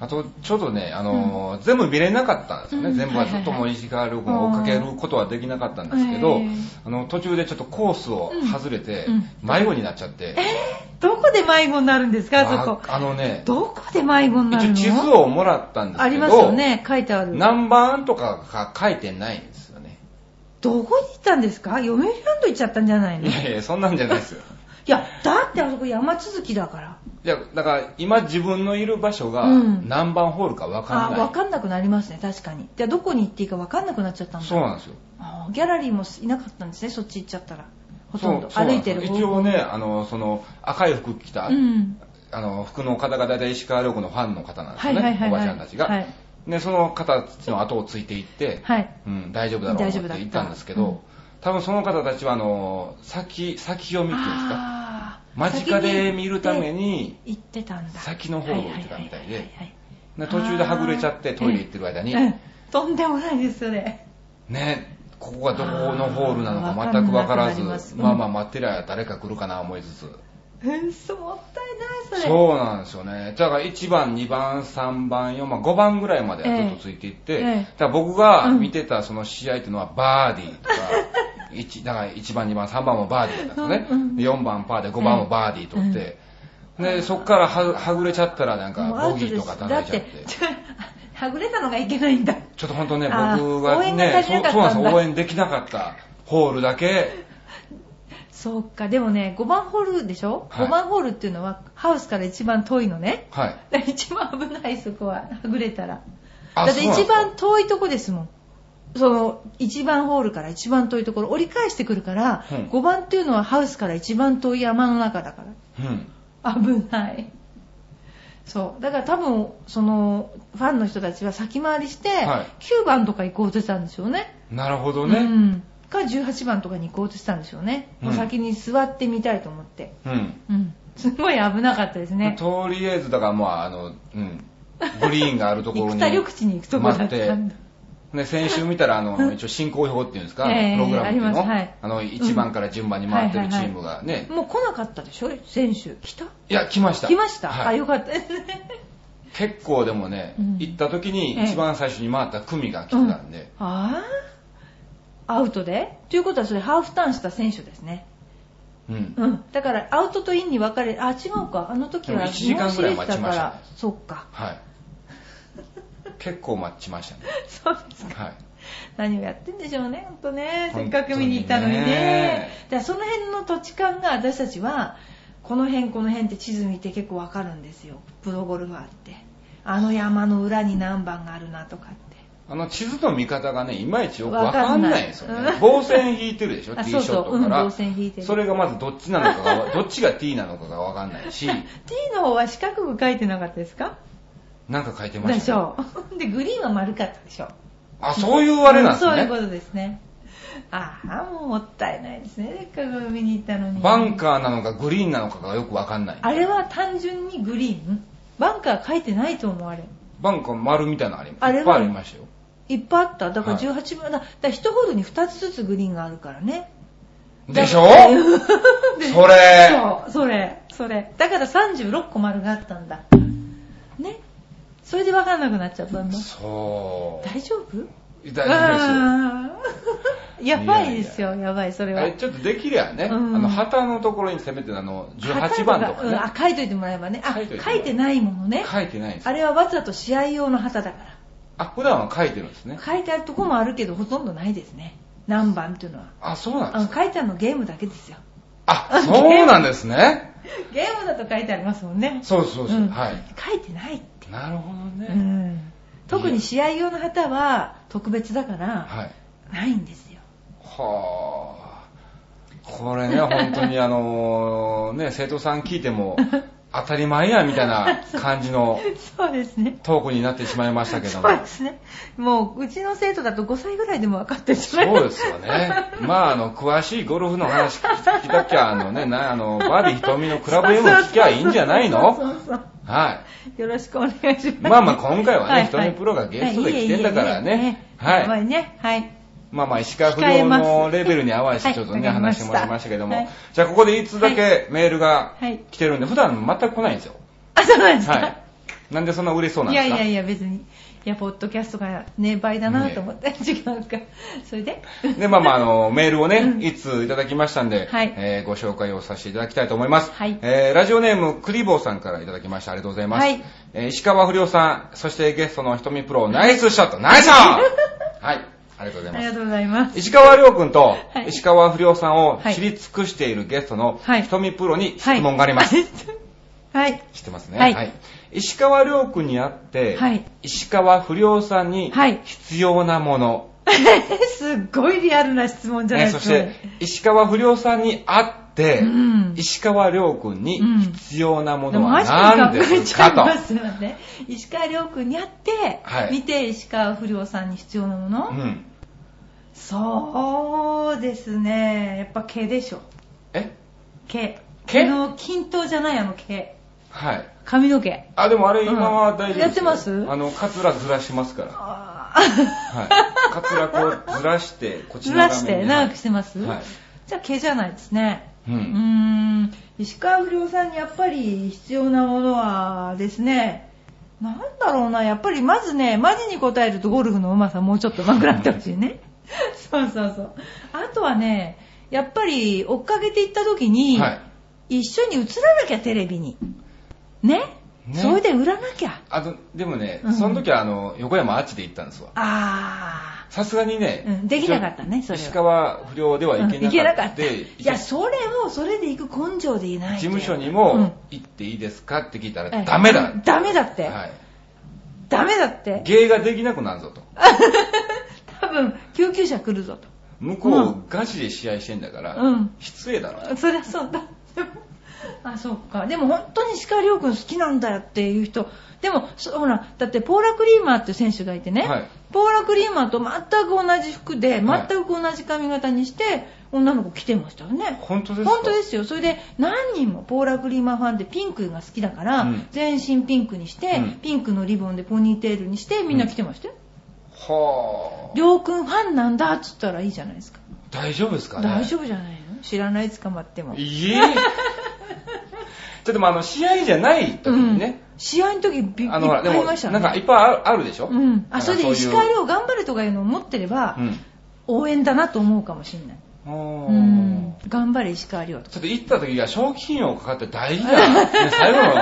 Speaker 1: あと、ちょっとね、あのー全部見れなかったんですよね。
Speaker 2: うん
Speaker 1: 全部はずっともう石川遼君を追っかけることはできなかったんですけど、
Speaker 2: うん
Speaker 1: あの、途中でちょっとコースを外れて、
Speaker 2: うん
Speaker 1: 迷子になっちゃって、
Speaker 2: どこで迷子になるんですかあそこ
Speaker 1: ああのね、
Speaker 2: どこで迷子にな
Speaker 1: 一
Speaker 2: る
Speaker 1: 応
Speaker 2: の
Speaker 1: 地図をもらったんですけど、
Speaker 2: ありますよね書いてある
Speaker 1: 何番とかが書いてないんですよね。
Speaker 2: どこに行ったんですか嫁ミランド行っちゃったんじゃないの
Speaker 1: い
Speaker 2: い
Speaker 1: やいや、そんなんじゃないですよ。
Speaker 2: やだってあそこ山続きだから
Speaker 1: いや、だから今自分のいる場所が
Speaker 2: うん
Speaker 1: 何番ホールかわか
Speaker 2: あ
Speaker 1: んない。
Speaker 2: 分かんなくなりますね確かにじゃあどこに行っていいか分かんなくなっちゃったんだ
Speaker 1: そうなんですよ。
Speaker 2: あーギャラリーもいなかったんですねそっち行っちゃったらほとんど
Speaker 1: そうそうな
Speaker 2: 歩
Speaker 1: ん
Speaker 2: い
Speaker 1: です
Speaker 2: て
Speaker 1: よ
Speaker 2: る
Speaker 1: 一応ね、あの、その赤い服着た、
Speaker 2: うん
Speaker 1: あの、服の方が大体石川遼子のファンの方なんです
Speaker 2: は
Speaker 1: よ
Speaker 2: い
Speaker 1: ね、
Speaker 2: はいはいはい
Speaker 1: おばちゃんたちが。
Speaker 2: はい
Speaker 1: で、その方たちの後をついていって、
Speaker 2: はい
Speaker 1: うん、大丈夫だろうと思って行ったんですけど、
Speaker 2: 大丈夫だっ
Speaker 1: 多分その方たちは、あの、先、先読みっていうんですか、
Speaker 2: あー
Speaker 1: 間近で見るために、
Speaker 2: 行ってたんだ
Speaker 1: 先の方を行ってたみたいで
Speaker 2: は
Speaker 1: で
Speaker 2: ははは
Speaker 1: 途中ではぐれちゃって
Speaker 2: あー
Speaker 1: トイレ行ってる間に、
Speaker 2: うんとんでもないですそれ
Speaker 1: ね、ここがどこのホールなの
Speaker 2: あ
Speaker 1: か
Speaker 2: ー
Speaker 1: 全くわから
Speaker 2: わ
Speaker 1: ず、
Speaker 2: かんなくなりますうん
Speaker 1: まあまあ待ってりゃ誰か来るかな思いつつ、
Speaker 2: えーそうもったいないそれ
Speaker 1: そうなんですよね。だから1番、2番、3番、4番、5番ぐらいまではずっとついていって、
Speaker 2: ええええ
Speaker 1: だから僕が見てたその試合っていうのはバーディーとか、一だから1番、2番、3番もバーディーだったんです
Speaker 2: う
Speaker 1: よね。
Speaker 2: んうん
Speaker 1: で4番パーで5番もバーディー取って、で、そっからははぐれちゃったらなんか
Speaker 2: もうアウ
Speaker 1: ボ
Speaker 2: ト
Speaker 1: ギ
Speaker 2: で
Speaker 1: ーとか
Speaker 2: す
Speaker 1: 叩
Speaker 2: だ
Speaker 1: い
Speaker 2: っ
Speaker 1: ちゃって
Speaker 2: て。ちょはぐれたのがいけないんだ
Speaker 1: ちょっと本当ね、
Speaker 2: あー
Speaker 1: 僕が
Speaker 2: 応援が
Speaker 1: ね、
Speaker 2: 足
Speaker 1: そ
Speaker 2: りな
Speaker 1: う
Speaker 2: かったんだ
Speaker 1: そうなんですよ応援できなかったホールだけ、
Speaker 2: そうかでもね5番ホールでしょ、
Speaker 1: はい
Speaker 2: 5番ホールっていうのはハウスから一番遠いのね
Speaker 1: はい。
Speaker 2: だから 一番危ないそこははぐれたら
Speaker 1: あ
Speaker 2: だって
Speaker 1: そうなんで
Speaker 2: 一
Speaker 1: すか
Speaker 2: 番遠いとこですもんその一番ホールから一番遠いところ折り返してくるから、
Speaker 1: うん
Speaker 2: 5番っていうのはハウスから一番遠い山の中だか
Speaker 1: うん。
Speaker 2: ら危ないそうだから多分そのファンの人たちは先回りして、
Speaker 1: はい
Speaker 2: 9番とか行こうとしてたんでしょうね
Speaker 1: なるほど
Speaker 2: う
Speaker 1: ね。
Speaker 2: ん、か18番とかに行こうとしてたんでしょうね、
Speaker 1: うん
Speaker 2: もう先に座ってみたいと思って、
Speaker 1: うん
Speaker 2: うん、すごい危なかったですね
Speaker 1: とりあえずだからまああの、うん、グリーンがあるところ
Speaker 2: 行
Speaker 1: に
Speaker 2: くた緑地に行くとこだったん
Speaker 1: 待
Speaker 2: だ
Speaker 1: ってで先週見たらあの一応進行表っていうんですか、
Speaker 2: ええ
Speaker 1: プログラムっていう
Speaker 2: あり
Speaker 1: の,、
Speaker 2: ますはい
Speaker 1: あの1番から順番に回ってるチームがね、い
Speaker 2: もう来なかったでしょ選手来た
Speaker 1: や来ました
Speaker 2: 来ました、
Speaker 1: は
Speaker 2: あ
Speaker 1: い
Speaker 2: よかったですね
Speaker 1: 結構でもね、
Speaker 2: うん
Speaker 1: 行った時に
Speaker 2: ええ
Speaker 1: 一番最初に回った組が来てたんで、
Speaker 2: ああアウトでということはそれハーフターンした選手ですね
Speaker 1: うん
Speaker 2: うんだからアウトとインに分かれあ違うかあの時
Speaker 1: で
Speaker 2: は
Speaker 1: も一時間ぐらい待ちましたね
Speaker 2: 日本シリーズだからそっ か
Speaker 1: はい結構待ちましたね、
Speaker 2: そうですか
Speaker 1: はい、
Speaker 2: 何をやってんでしょうね本当ね
Speaker 1: 本当
Speaker 2: せっ
Speaker 1: にね
Speaker 2: かく見に行ったのにねだからその辺の土地勘が私たちはこの辺この辺って地図見て結構分かるんですよプロゴルファーってあの山の裏に何番があるなとかって
Speaker 1: あの地図の見方がねいまいちよくわかんないんですよ
Speaker 2: わかんな
Speaker 1: ね
Speaker 2: い
Speaker 1: 棒線引いてるでしょテ
Speaker 2: あ
Speaker 1: ィ
Speaker 2: そ
Speaker 1: ー
Speaker 2: う
Speaker 1: シ
Speaker 2: そ
Speaker 1: ョ
Speaker 2: う
Speaker 1: ットから
Speaker 2: うん棒線引いてる
Speaker 1: それがまずどっちなのかがど っちが T なのかがわかんない し
Speaker 2: T の方は四角く書いてなかったですか
Speaker 1: なんか書いてま
Speaker 2: で
Speaker 1: し
Speaker 2: した
Speaker 1: ね、
Speaker 2: ょう でグリーンは丸かったでしょ
Speaker 1: あ、そういうあれなんです
Speaker 2: そういう
Speaker 1: ね
Speaker 2: こ。とですねああもうもったいないですねせっかく見に行ったのに
Speaker 1: バンカーなのかグリーンなのかがよくわかんない。
Speaker 2: あれは単純にグリーンバンカー書いてないと思われ
Speaker 1: バンカー丸みたいなのあります。
Speaker 2: あれ
Speaker 1: いっ
Speaker 2: は
Speaker 1: ぱいありましたよ。
Speaker 2: いっぱいあっただから
Speaker 1: はい
Speaker 2: 18番、だだ1ホールに2つずつグリーンがあるからね
Speaker 1: でしょ
Speaker 2: で
Speaker 1: それ
Speaker 2: そうそれそれだから36個丸があったんだねそれで分かんなくなっちゃったんだ
Speaker 1: そ
Speaker 2: 大丈夫
Speaker 1: う。大丈夫ですよ。
Speaker 2: あー やばいですよ、やばい、それは。
Speaker 1: えちょっとできりゃね、
Speaker 2: うん
Speaker 1: あの、旗のところにせめて、あの、18番とか
Speaker 2: うん
Speaker 1: ね、
Speaker 2: あ、書いといてもらえばね。
Speaker 1: 書
Speaker 2: あ、書
Speaker 1: い
Speaker 2: い
Speaker 1: といてもらえば
Speaker 2: てないものね。
Speaker 1: 書いてないんです
Speaker 2: あ
Speaker 1: よ
Speaker 2: れはわざと試合用の旗だか
Speaker 1: あ、普段は書いてるんですね
Speaker 2: ら。。書いてあるとこもあるけど、ほとんどないですね。何番っていうのは。
Speaker 1: あ、そうなんで
Speaker 2: あ
Speaker 1: す
Speaker 2: の
Speaker 1: か。
Speaker 2: 書いてあるのゲームだけですよ。
Speaker 1: あ、そうなんですね。
Speaker 2: ゲームだと書いてありますもんね。
Speaker 1: そうそうそう。
Speaker 2: うん
Speaker 1: はい。
Speaker 2: 書いてないって。
Speaker 1: なるほどね。
Speaker 2: うん。特に試合用の旗は特別だから、
Speaker 1: はい。
Speaker 2: ないんですよ。
Speaker 1: はあ。これね、本当にあのね、生徒さん聞いても、当たり前や、みたいな感じの
Speaker 2: そうですね。
Speaker 1: トークになってしまいましたけ
Speaker 2: そ
Speaker 1: ども
Speaker 2: う。ですね。もう、うちの生徒だと5歳ぐらいでも分かってるんじゃない
Speaker 1: そうですよね。まあ、あの、詳しいゴルフの話聞きたきゃ、あのね、な、あの、バーディー瞳のクラブ M 聞きゃいいんじゃない
Speaker 2: そう
Speaker 1: の
Speaker 2: そうそう
Speaker 1: は
Speaker 2: よろしくお願いします。
Speaker 1: い。まあまあ、今回は
Speaker 2: は
Speaker 1: ね、
Speaker 2: いはい
Speaker 1: 人のプロがゲストで来てんだからね。
Speaker 2: はい。や
Speaker 1: は
Speaker 2: ば
Speaker 1: い。
Speaker 2: いね。はい。
Speaker 1: まあまあ、石川不
Speaker 2: 控え
Speaker 1: 良
Speaker 2: ます
Speaker 1: のレベルに合わせて、ちょっとね、
Speaker 2: はいわか
Speaker 1: 話
Speaker 2: りまし
Speaker 1: して
Speaker 2: た
Speaker 1: もらいましたけど
Speaker 2: は
Speaker 1: も
Speaker 2: い。
Speaker 1: じゃあ、ここでいつだけメールが
Speaker 2: はい。
Speaker 1: 来てるんで、普段全く来ないんですよ。
Speaker 2: あ、そうなんですか。
Speaker 1: はい。なんでそんな嬉しそうなん
Speaker 2: い
Speaker 1: で
Speaker 2: や
Speaker 1: す
Speaker 2: い
Speaker 1: か
Speaker 2: やいや、別に。いや、ポッドキャストがね、倍だなと思って、 違うか。それで
Speaker 1: で、まあまあ、あの、メールをね
Speaker 2: う、ん
Speaker 1: いついただきましたんで、
Speaker 2: はい
Speaker 1: えーご紹介をさせていただきたいと思います。
Speaker 2: はい
Speaker 1: えーラジオネーム、クリボーさんからいただきました。ありがとうございます。
Speaker 2: はい
Speaker 1: えー石川不良さん、そしてゲストの瞳プロ、ナイスショット、ナイスショッ トはい、ありがとうござい
Speaker 2: あ
Speaker 1: ま
Speaker 2: りが
Speaker 1: す。
Speaker 2: とうございます。
Speaker 1: 石川亮君と
Speaker 2: はい
Speaker 1: 石川不良さんを
Speaker 2: はい
Speaker 1: 知り尽くしているゲストの
Speaker 2: はい
Speaker 1: 瞳プロに質問があります。
Speaker 2: はい。 はい。
Speaker 1: 知ってますね。
Speaker 2: はい
Speaker 1: 石川亮君にあって、
Speaker 2: はい
Speaker 1: 石川不良さんに
Speaker 2: はい
Speaker 1: 必要なもの、
Speaker 2: すっごいリアルな質問じゃない
Speaker 1: ね、
Speaker 2: で
Speaker 1: そし
Speaker 2: すか。
Speaker 1: て、石川不良さんに会って、
Speaker 2: うん
Speaker 1: 石川良君に必要なも
Speaker 2: で
Speaker 1: の
Speaker 2: も
Speaker 1: は
Speaker 2: マジで考
Speaker 1: 何で
Speaker 2: え
Speaker 1: す
Speaker 2: ちゃ
Speaker 1: か
Speaker 2: い
Speaker 1: と。
Speaker 2: ますよね。石川亮君に会って、
Speaker 1: はい
Speaker 2: 見て石川不良さんに必要なもの、
Speaker 1: うん、
Speaker 2: そうですね。やっぱ毛でしょ。
Speaker 1: え
Speaker 2: 毛。
Speaker 1: 毛
Speaker 2: あの、均等じゃないあの毛。
Speaker 1: はい。
Speaker 2: 髪の毛。
Speaker 1: あ、でもあれ今は大丈夫ですよ、
Speaker 2: やってます
Speaker 1: あの、カツラずらしますから。
Speaker 2: あー
Speaker 1: はい。カツラこうずらして、こっち
Speaker 2: ず
Speaker 1: の画
Speaker 2: ら
Speaker 1: 面
Speaker 2: して
Speaker 1: に
Speaker 2: 長くしてます、
Speaker 1: はい
Speaker 2: じゃあ毛じゃないですね。
Speaker 1: う
Speaker 2: うー
Speaker 1: ん。
Speaker 2: ん。石川不良さんにやっぱり必要なものはですね、なんだろうな、やっぱりまずね、マジに答えるとゴルフの上手さもうちょっと上手くなってほしいね。 そうそうそう。あとはね、やっぱり追っかけていった時に、
Speaker 1: はい。
Speaker 2: 一緒に映らなきゃテレビに。ね
Speaker 1: ね
Speaker 2: それで売らなきゃ。
Speaker 1: あと、でもね
Speaker 2: う、ん
Speaker 1: その時はあの、横山あっちで行ったんですわ。
Speaker 2: あ
Speaker 1: さすがにね、
Speaker 2: うんできなかったねそれは
Speaker 1: 石川不良で
Speaker 2: あ。
Speaker 1: は行け
Speaker 2: うんいけ
Speaker 1: な
Speaker 2: な
Speaker 1: か
Speaker 2: かっ。
Speaker 1: ったた。
Speaker 2: いや、それも、それで行く根性でいない
Speaker 1: 事
Speaker 2: と
Speaker 1: 務所に
Speaker 2: うん
Speaker 1: も行っていいですかって聞いたら、
Speaker 2: ええ
Speaker 1: ダメだ
Speaker 2: ダメだって。
Speaker 1: はい。
Speaker 2: ダメだって。
Speaker 1: 芸ができなくなるぞと。
Speaker 2: 多分、救急車来るぞと。
Speaker 1: 向こう、ガチで試合してんだから、
Speaker 2: うん
Speaker 1: 失礼だろ。
Speaker 2: そりゃそうだ。あ、そうか。でも本当に石川遼君好きなんだよっていう人。でも、そほら、だってポーラ・クリーマーって選手がいてね、
Speaker 1: はい
Speaker 2: ポーラ・クリーマーと全く同じ服で、
Speaker 1: はい
Speaker 2: 全く同じ髪型にして、女の子来てましたよね。
Speaker 1: 本当ですか
Speaker 2: 本当ですよ。それで何人もポーラ・クリーマーファンってピンクが好きだから、
Speaker 1: うん
Speaker 2: 全身ピンクにして、
Speaker 1: うん
Speaker 2: ピンクのリボンでポニーテールにして、みんな来てましたよ。
Speaker 1: はぁ。
Speaker 2: りょうくんファンなんだっつったらいいじゃないですか。
Speaker 1: 大丈夫ですかね
Speaker 2: 大丈夫じゃないの知らない捕まっても。
Speaker 1: い え。ちょっとまああの、試合じゃない時にね。
Speaker 2: うん、試合の時びいっ
Speaker 1: あの、ほら、
Speaker 2: ぱ
Speaker 1: で
Speaker 2: いい
Speaker 1: も、
Speaker 2: ましたね。
Speaker 1: なんかいっぱいあるあるでしょ
Speaker 2: うん。
Speaker 1: なん
Speaker 2: あ、
Speaker 1: か
Speaker 2: それで石川
Speaker 1: ういう
Speaker 2: 遼頑張るとかいうのを持ってれば、
Speaker 1: うん
Speaker 2: 応援だなと思うかもしれない。
Speaker 1: お
Speaker 2: う
Speaker 1: ー
Speaker 2: ん。頑張れ石川遼とか。
Speaker 1: ちょっと行った時が賞金王かかって大事な、 ね、最後の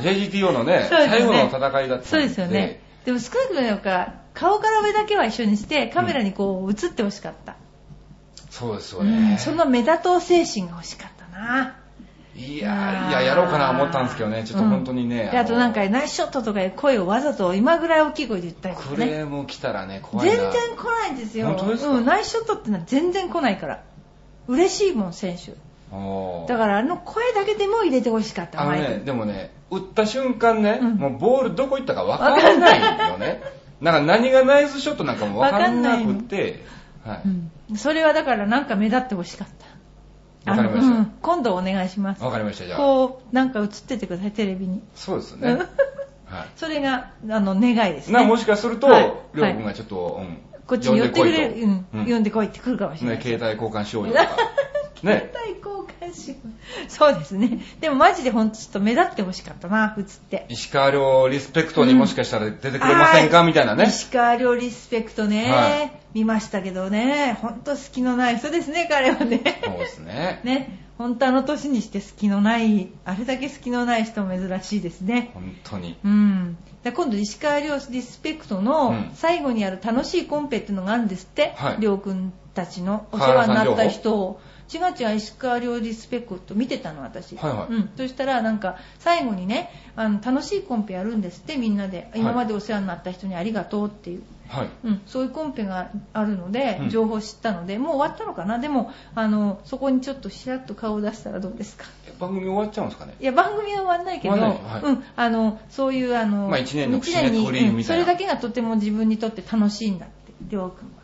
Speaker 1: JGTO のね
Speaker 2: そうですね
Speaker 1: 最後の戦いだったんで
Speaker 2: そうですよね。でも少なくともなんか、顔から上だけは一緒にして、カメラにこう映ってほしかった。
Speaker 1: そうですよ
Speaker 2: う
Speaker 1: ね
Speaker 2: ん。、その目立とう精神が欲しかったな。
Speaker 1: いやーいややろうかな思ったんですけどねちょっと本当にね、
Speaker 2: うん
Speaker 1: の
Speaker 2: であとなんか、ナイスショットとかいう声をわざと今ぐらい大きい声で言ったりとか
Speaker 1: ク
Speaker 2: ね。
Speaker 1: レーム来たらね、怖い
Speaker 2: 全
Speaker 1: な。
Speaker 2: 然来ないんですよ。
Speaker 1: 本当ですか
Speaker 2: うん、ナイスショットってのは全然来ないから。嬉しいもん、選手。
Speaker 1: おー
Speaker 2: だからあの声だけでも入れてほしかった、
Speaker 1: あの
Speaker 2: マイ
Speaker 1: ね、
Speaker 2: ク
Speaker 1: でもね、打った瞬間ね、
Speaker 2: うん
Speaker 1: もうボールどこ行ったか分からないよね。なんか何がナイスショットなんかも分からなくて、はい。
Speaker 2: うんそれはだからなんか目立ってほしかった。
Speaker 1: わかりました
Speaker 2: あのうん今度お願いします。
Speaker 1: わかりました、じゃあ。
Speaker 2: こう、なんか映っててください、テレビに。
Speaker 1: そうですよ
Speaker 2: う
Speaker 1: ね
Speaker 2: ん。
Speaker 1: は
Speaker 2: それが、あの、願いです
Speaker 1: い。な、
Speaker 2: ね。
Speaker 1: もしかすると、
Speaker 2: は
Speaker 1: り
Speaker 2: い
Speaker 1: ょうくんがちょっと、うん。
Speaker 2: こっちに寄ってくれる、う
Speaker 1: 呼んで、こいとう
Speaker 2: ん
Speaker 1: ん
Speaker 2: 呼んでこいって来るかもしれな
Speaker 1: ね
Speaker 2: い。
Speaker 1: 携帯交換しようよとか。 ね。
Speaker 2: 携帯交換しよう。そうですね。でもマジでほんとちょっと目立ってほしかったな、映って。
Speaker 1: 石川遼リスペクトにもしかしたら出てくれませんか、みたいなね。
Speaker 2: 石川遼リスペクトね、
Speaker 1: は
Speaker 2: 見ましたけどね、ほんと隙のない人ですね、彼はね。
Speaker 1: そうですね。
Speaker 2: ね、本当あの年にして隙のない、あれだけ隙のない人珍しいですね。
Speaker 1: 本当に。
Speaker 2: うん。で今度、石川遼リスペクト
Speaker 1: う
Speaker 2: の
Speaker 1: ん
Speaker 2: 最後にやる楽しいコンペっていうのがあるんですって
Speaker 1: は、い
Speaker 2: りょうくんたちのお世話になった人を。違う違う、石川遼リスペクト見てたの、私。
Speaker 1: はいはい
Speaker 2: うん。そしたら、なんか、最後にね、あの、楽しいコンペやるんですって、みんなで。
Speaker 1: い
Speaker 2: 今までお世話になった人にありがとうっていう。
Speaker 1: はい。
Speaker 2: うん、そういうコンペがあるので
Speaker 1: うん、
Speaker 2: 情報知ったので、もう終わったのかな、でもあの、そこにちょっとしらっと顔を出したらどうですか。
Speaker 1: え番組終わっちゃうんですかね
Speaker 2: いや、番組は終わんないけど、
Speaker 1: 終わんないはい
Speaker 2: うん、あの、そういう、あの、
Speaker 1: まあ一年の
Speaker 2: 一年に
Speaker 1: 節目取りみたいな
Speaker 2: うんそれだけがとても自分にとって楽しいんだって、りょうくんは。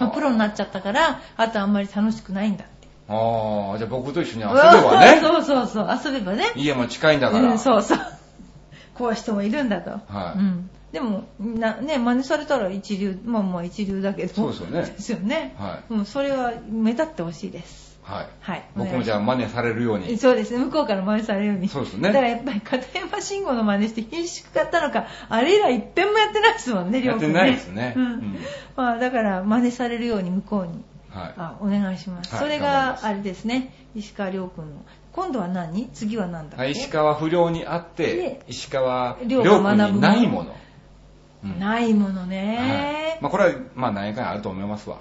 Speaker 2: まあプロになっちゃったから、あとあんまり楽しくないんだって。
Speaker 1: ああ、じゃあ僕と一緒に遊べばね。
Speaker 2: そうそうそう、遊べばね。
Speaker 1: 家も近いんだから。
Speaker 2: うん、そうそう。 こういう人もいるんだと。
Speaker 1: はい
Speaker 2: うん。でも、な、ね、真似されたら一流、まあまあ一流だけど。
Speaker 1: そうですよね
Speaker 2: ですよね。
Speaker 1: は
Speaker 2: うん、それは目立ってほしいです。
Speaker 1: はい。
Speaker 2: はい。
Speaker 1: 僕もじゃあ真似されるように。
Speaker 2: そうですね、向こうから真似されるように。
Speaker 1: そうですね
Speaker 2: だからやっぱり片山慎吾の真似して品種買ったのか、あれ以来一遍もやってないですもんね、
Speaker 1: や
Speaker 2: 両
Speaker 1: っ
Speaker 2: 方
Speaker 1: てないですね
Speaker 2: う
Speaker 1: うんん。
Speaker 2: まあだから真似されるように向こうに、
Speaker 1: は
Speaker 2: あお願いします。
Speaker 1: はい
Speaker 2: それ
Speaker 1: 頑張りま
Speaker 2: が
Speaker 1: す
Speaker 2: あれですね、石川亮君の。今度は何次は何
Speaker 1: い。
Speaker 2: だっけ、
Speaker 1: はい石川不良にあっ
Speaker 2: で
Speaker 1: て、石川
Speaker 2: 良
Speaker 1: 良
Speaker 2: が
Speaker 1: 君
Speaker 2: 学ぶ
Speaker 1: にないもの。うん
Speaker 2: ないもの
Speaker 1: は
Speaker 2: ね
Speaker 1: い、まあこれは、まあ何回あると思いますわ。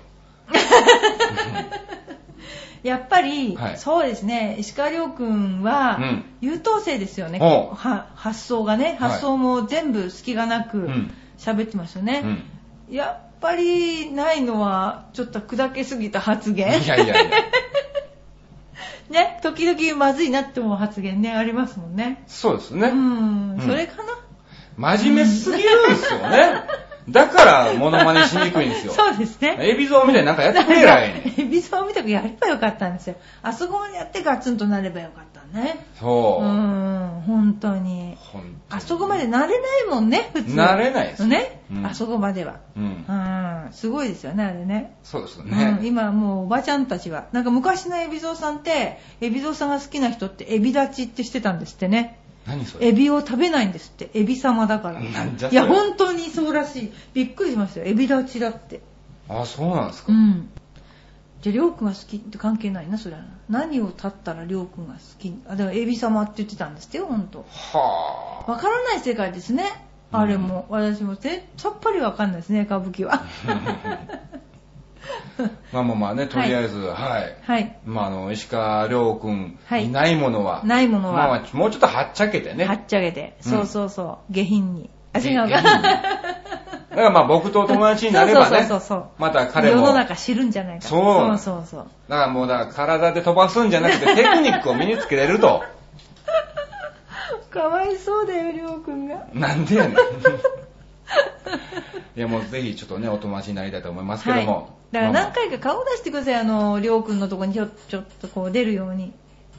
Speaker 2: やっぱり、
Speaker 1: はい
Speaker 2: そうですね、石川遼君は
Speaker 1: うん
Speaker 2: 優等生ですよね、
Speaker 1: おう
Speaker 2: は発想がね、
Speaker 1: はい
Speaker 2: 発想も全部隙がなく
Speaker 1: うん
Speaker 2: 喋ってますよ
Speaker 1: う
Speaker 2: ね。
Speaker 1: ん。
Speaker 2: やっぱりないのは、ちょっと砕けすぎた発
Speaker 1: い
Speaker 2: 言。
Speaker 1: やいやいや。
Speaker 2: ね、時々まずいなって思う発言ね、ありますもんね。
Speaker 1: そうです
Speaker 2: う
Speaker 1: ね。
Speaker 2: ん
Speaker 1: う、ん
Speaker 2: それかな、
Speaker 1: 真面目すぎるんですよね。だから、モノマネしにくいんですよ。
Speaker 2: そうですね。
Speaker 1: エビゾウみたいになんかやってくれらいね。
Speaker 2: エビゾウみたくやればよかったんですよ。あそこまでやってガツンとなればよかったね。う
Speaker 1: そう。
Speaker 2: ん、本当に。
Speaker 1: ほんと
Speaker 2: あそこまで慣れないもんね、普通。
Speaker 1: 慣れないです
Speaker 2: ね、
Speaker 1: うん
Speaker 2: あそこまでは。
Speaker 1: うん。
Speaker 2: うん、すごいですよね、あれね。
Speaker 1: そうですよ
Speaker 2: うん、
Speaker 1: ね。
Speaker 2: 今もうおばちゃんたちは。なんか昔のエビゾウさんって、エビゾウさんが好きな人ってエビ立ちってしてたんですってね。
Speaker 1: 何それ
Speaker 2: エビを食べないんですって、エビ様だか ら。
Speaker 1: なんじゃ
Speaker 2: い
Speaker 1: それ
Speaker 2: や、本当にそうらしい。びっくりしましたよ、エビ立ちだって。
Speaker 1: あ、そうなんです
Speaker 2: う
Speaker 1: か。
Speaker 2: ん。じゃあ、りょうくんが好きって関係ないな、それはな。何を立ったらりょうくんが好き。あ、だからエビ様って言ってたんですってよ、ほんと。
Speaker 1: は
Speaker 2: わからない世界ですね。あれも、私もぜさっぱりわかんないですね、歌舞伎 は。
Speaker 1: あ。まあまあまあね、とりあえず、はい。
Speaker 2: はい。
Speaker 1: まああの、石川亮君、
Speaker 2: はい
Speaker 1: いないものは、
Speaker 2: ないものは
Speaker 1: まあまあ、もうちょっとはっちゃけてね。
Speaker 2: はっちゃけて。
Speaker 1: うん
Speaker 2: そうそうそう。下品に。あ、
Speaker 1: げ
Speaker 2: 違う
Speaker 1: 下品に
Speaker 2: か。
Speaker 1: だからまあ僕と友達になればね
Speaker 2: そうそうそうそう、
Speaker 1: また彼
Speaker 2: 世
Speaker 1: も、
Speaker 2: の
Speaker 1: だか
Speaker 2: 中知るんじゃないか。
Speaker 1: そう
Speaker 2: そうそう
Speaker 1: らもうだから体で飛ばすんじゃなくてテクニックを身につけれると。
Speaker 2: そう。かわいそうだよ、りょうくんが。
Speaker 1: なんでやね ん。いやもうぜひちょっとね、お友達になりたいと思いますけども。
Speaker 2: だから
Speaker 1: まあ
Speaker 2: 何回か顔出してください、あの、りょうくんのとこにちょちょっとこう出るように。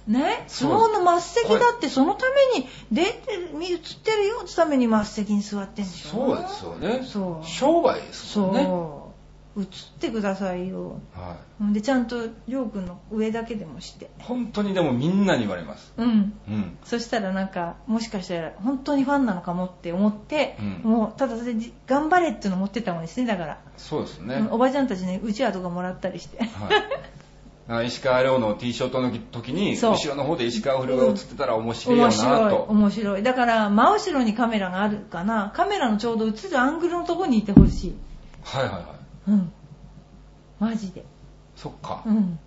Speaker 2: ね
Speaker 1: そう
Speaker 2: 相撲の末席だってそのために出てる、映ってるよってために末席に座ってんでしょ
Speaker 1: そうですよね。
Speaker 2: そう
Speaker 1: 商売ですもんね。
Speaker 2: そう。映ってくださいよ。
Speaker 1: は
Speaker 2: ほんで、ちゃんと、りょうくんの上だけでもして。
Speaker 1: い。本当にでもみんなに言われます。
Speaker 2: うん。
Speaker 1: うん。
Speaker 2: そしたらなんか、もしかしたら、本当にファンなのかもって思って、
Speaker 1: うん
Speaker 2: もう、ただそれで、頑張れっていうの持ってったもんですね、だから。
Speaker 1: そうですね。
Speaker 2: うんお
Speaker 1: は
Speaker 2: ばちゃんたちに、うちわとかもらったり して。
Speaker 1: い。あ石川遼の T ショットの時に、
Speaker 2: そう
Speaker 1: 後ろの方で石川遼が映ってたら面白いよ
Speaker 2: 面
Speaker 1: な
Speaker 2: 白い、
Speaker 1: と。
Speaker 2: 面白い。だから、真後ろにカメラがあるかな、カメラのちょうど映るアングルのとこにいてほしい。
Speaker 1: はいはいはい。
Speaker 2: うん。マジで。
Speaker 1: そっか。
Speaker 2: うん。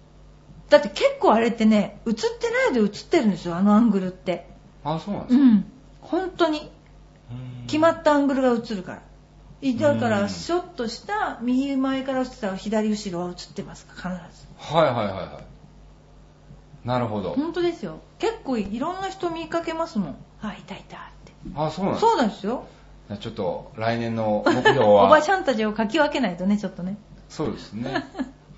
Speaker 2: だって結構あれってね、映ってないで映ってるんですよ、あのアングルって。
Speaker 1: あ、そうなんで
Speaker 2: う
Speaker 1: すか。
Speaker 2: ん。本当に。
Speaker 1: うん
Speaker 2: 決まったアングルが映るから。いだか
Speaker 1: う
Speaker 2: ら、
Speaker 1: ん
Speaker 2: ショットした右前から映ってたら左後ろは映ってますから、必ず。
Speaker 1: はいはいはいはい。なるほど。
Speaker 2: 本当ですよ。結構いろんな人見かけますもん。あ、いたいたって。
Speaker 1: あ、そうなんですか
Speaker 2: そうなんですよ。
Speaker 1: じゃあちょっと来年の目標は。
Speaker 2: おばちゃんたちをかき分けないとね、ちょっとね。
Speaker 1: そうです ね。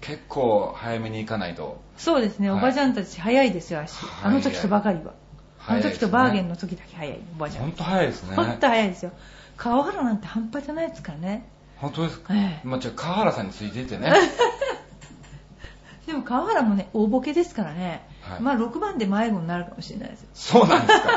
Speaker 1: 結構早めに行かないと。
Speaker 2: そうですね、
Speaker 1: はい
Speaker 2: おばちゃんたち早いですよ、足。あ
Speaker 1: 早い
Speaker 2: の時とばかりは。あ
Speaker 1: 早いで
Speaker 2: の
Speaker 1: すね
Speaker 2: 時とバーゲンの時だけ早い、おばちゃ
Speaker 1: ほ
Speaker 2: ん。
Speaker 1: んと早いですね。
Speaker 2: ほんと早いですよ。川原なんて半端じゃないですからね。
Speaker 1: 本当ですか、
Speaker 2: ええ
Speaker 1: まあ、じゃあ川原さんについてって ね。
Speaker 2: でも川原もね、大ボケですからね。
Speaker 1: はい
Speaker 2: まあ6番で迷子になるかもしれないですよ。
Speaker 1: そうなんですか。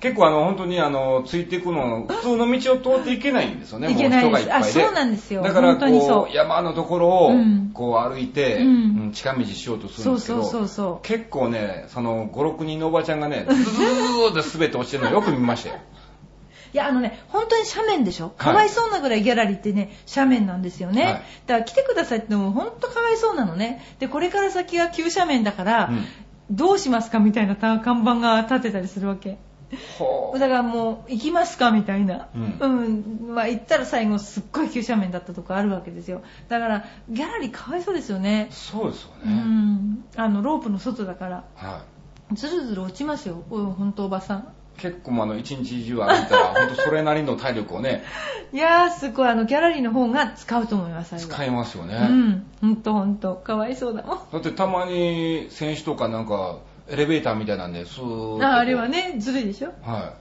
Speaker 1: 結構あの、本当にあの、ついていくの、普通の道を通っていけないんですよね、
Speaker 2: い
Speaker 1: もう
Speaker 2: け
Speaker 1: 人
Speaker 2: な
Speaker 1: がい
Speaker 2: い
Speaker 1: っ
Speaker 2: で
Speaker 1: ぱい
Speaker 2: す
Speaker 1: で。
Speaker 2: あそうなんですよ
Speaker 1: だから、
Speaker 2: 本当に
Speaker 1: こ、
Speaker 2: そう
Speaker 1: 山のところを
Speaker 2: うん、
Speaker 1: こう歩いて、
Speaker 2: うん
Speaker 1: うん近道しようとするん
Speaker 2: そう
Speaker 1: ですけ
Speaker 2: そ
Speaker 1: ど、
Speaker 2: うそうそ
Speaker 1: 結構ね、その、5、6人のおばちゃんがね、ズズズズズズって滑って落ちてるのよく見ましたよ。
Speaker 2: ういやあのね本当に斜面でしょかわいそうなぐらいギャラリーってね斜面なんですよね、
Speaker 1: はい
Speaker 2: だから来てくださいってのも本当かわいそうなのねでこれから先が急斜面だから、
Speaker 1: うん
Speaker 2: どうしますかみたいな看板が立ってたりするわけ
Speaker 1: ほ
Speaker 2: だ
Speaker 1: う。
Speaker 2: からもう行きますかみたいな、
Speaker 1: う
Speaker 2: うんまあ、行ったら最後すっごい急斜面だったとこあるわけですよだからギャラリーかわいそうですよね
Speaker 1: そうですよ
Speaker 2: う
Speaker 1: ね。
Speaker 2: んあのロープの外だから
Speaker 1: はい。
Speaker 2: ずるずる落ちますようん本当おばさん
Speaker 1: 結構あの一日中歩いたら、本当それなりの体力をね、
Speaker 2: いやーすごいあのギャラリーの方が使うと思いますあれは
Speaker 1: 使いますよね。
Speaker 2: うんほんとほんとかわいそうだもん
Speaker 1: だってたまに選手とかなんか、エレベーターみたいなんで、スーッとこう
Speaker 2: ああれは。ねずるいでしょ
Speaker 1: は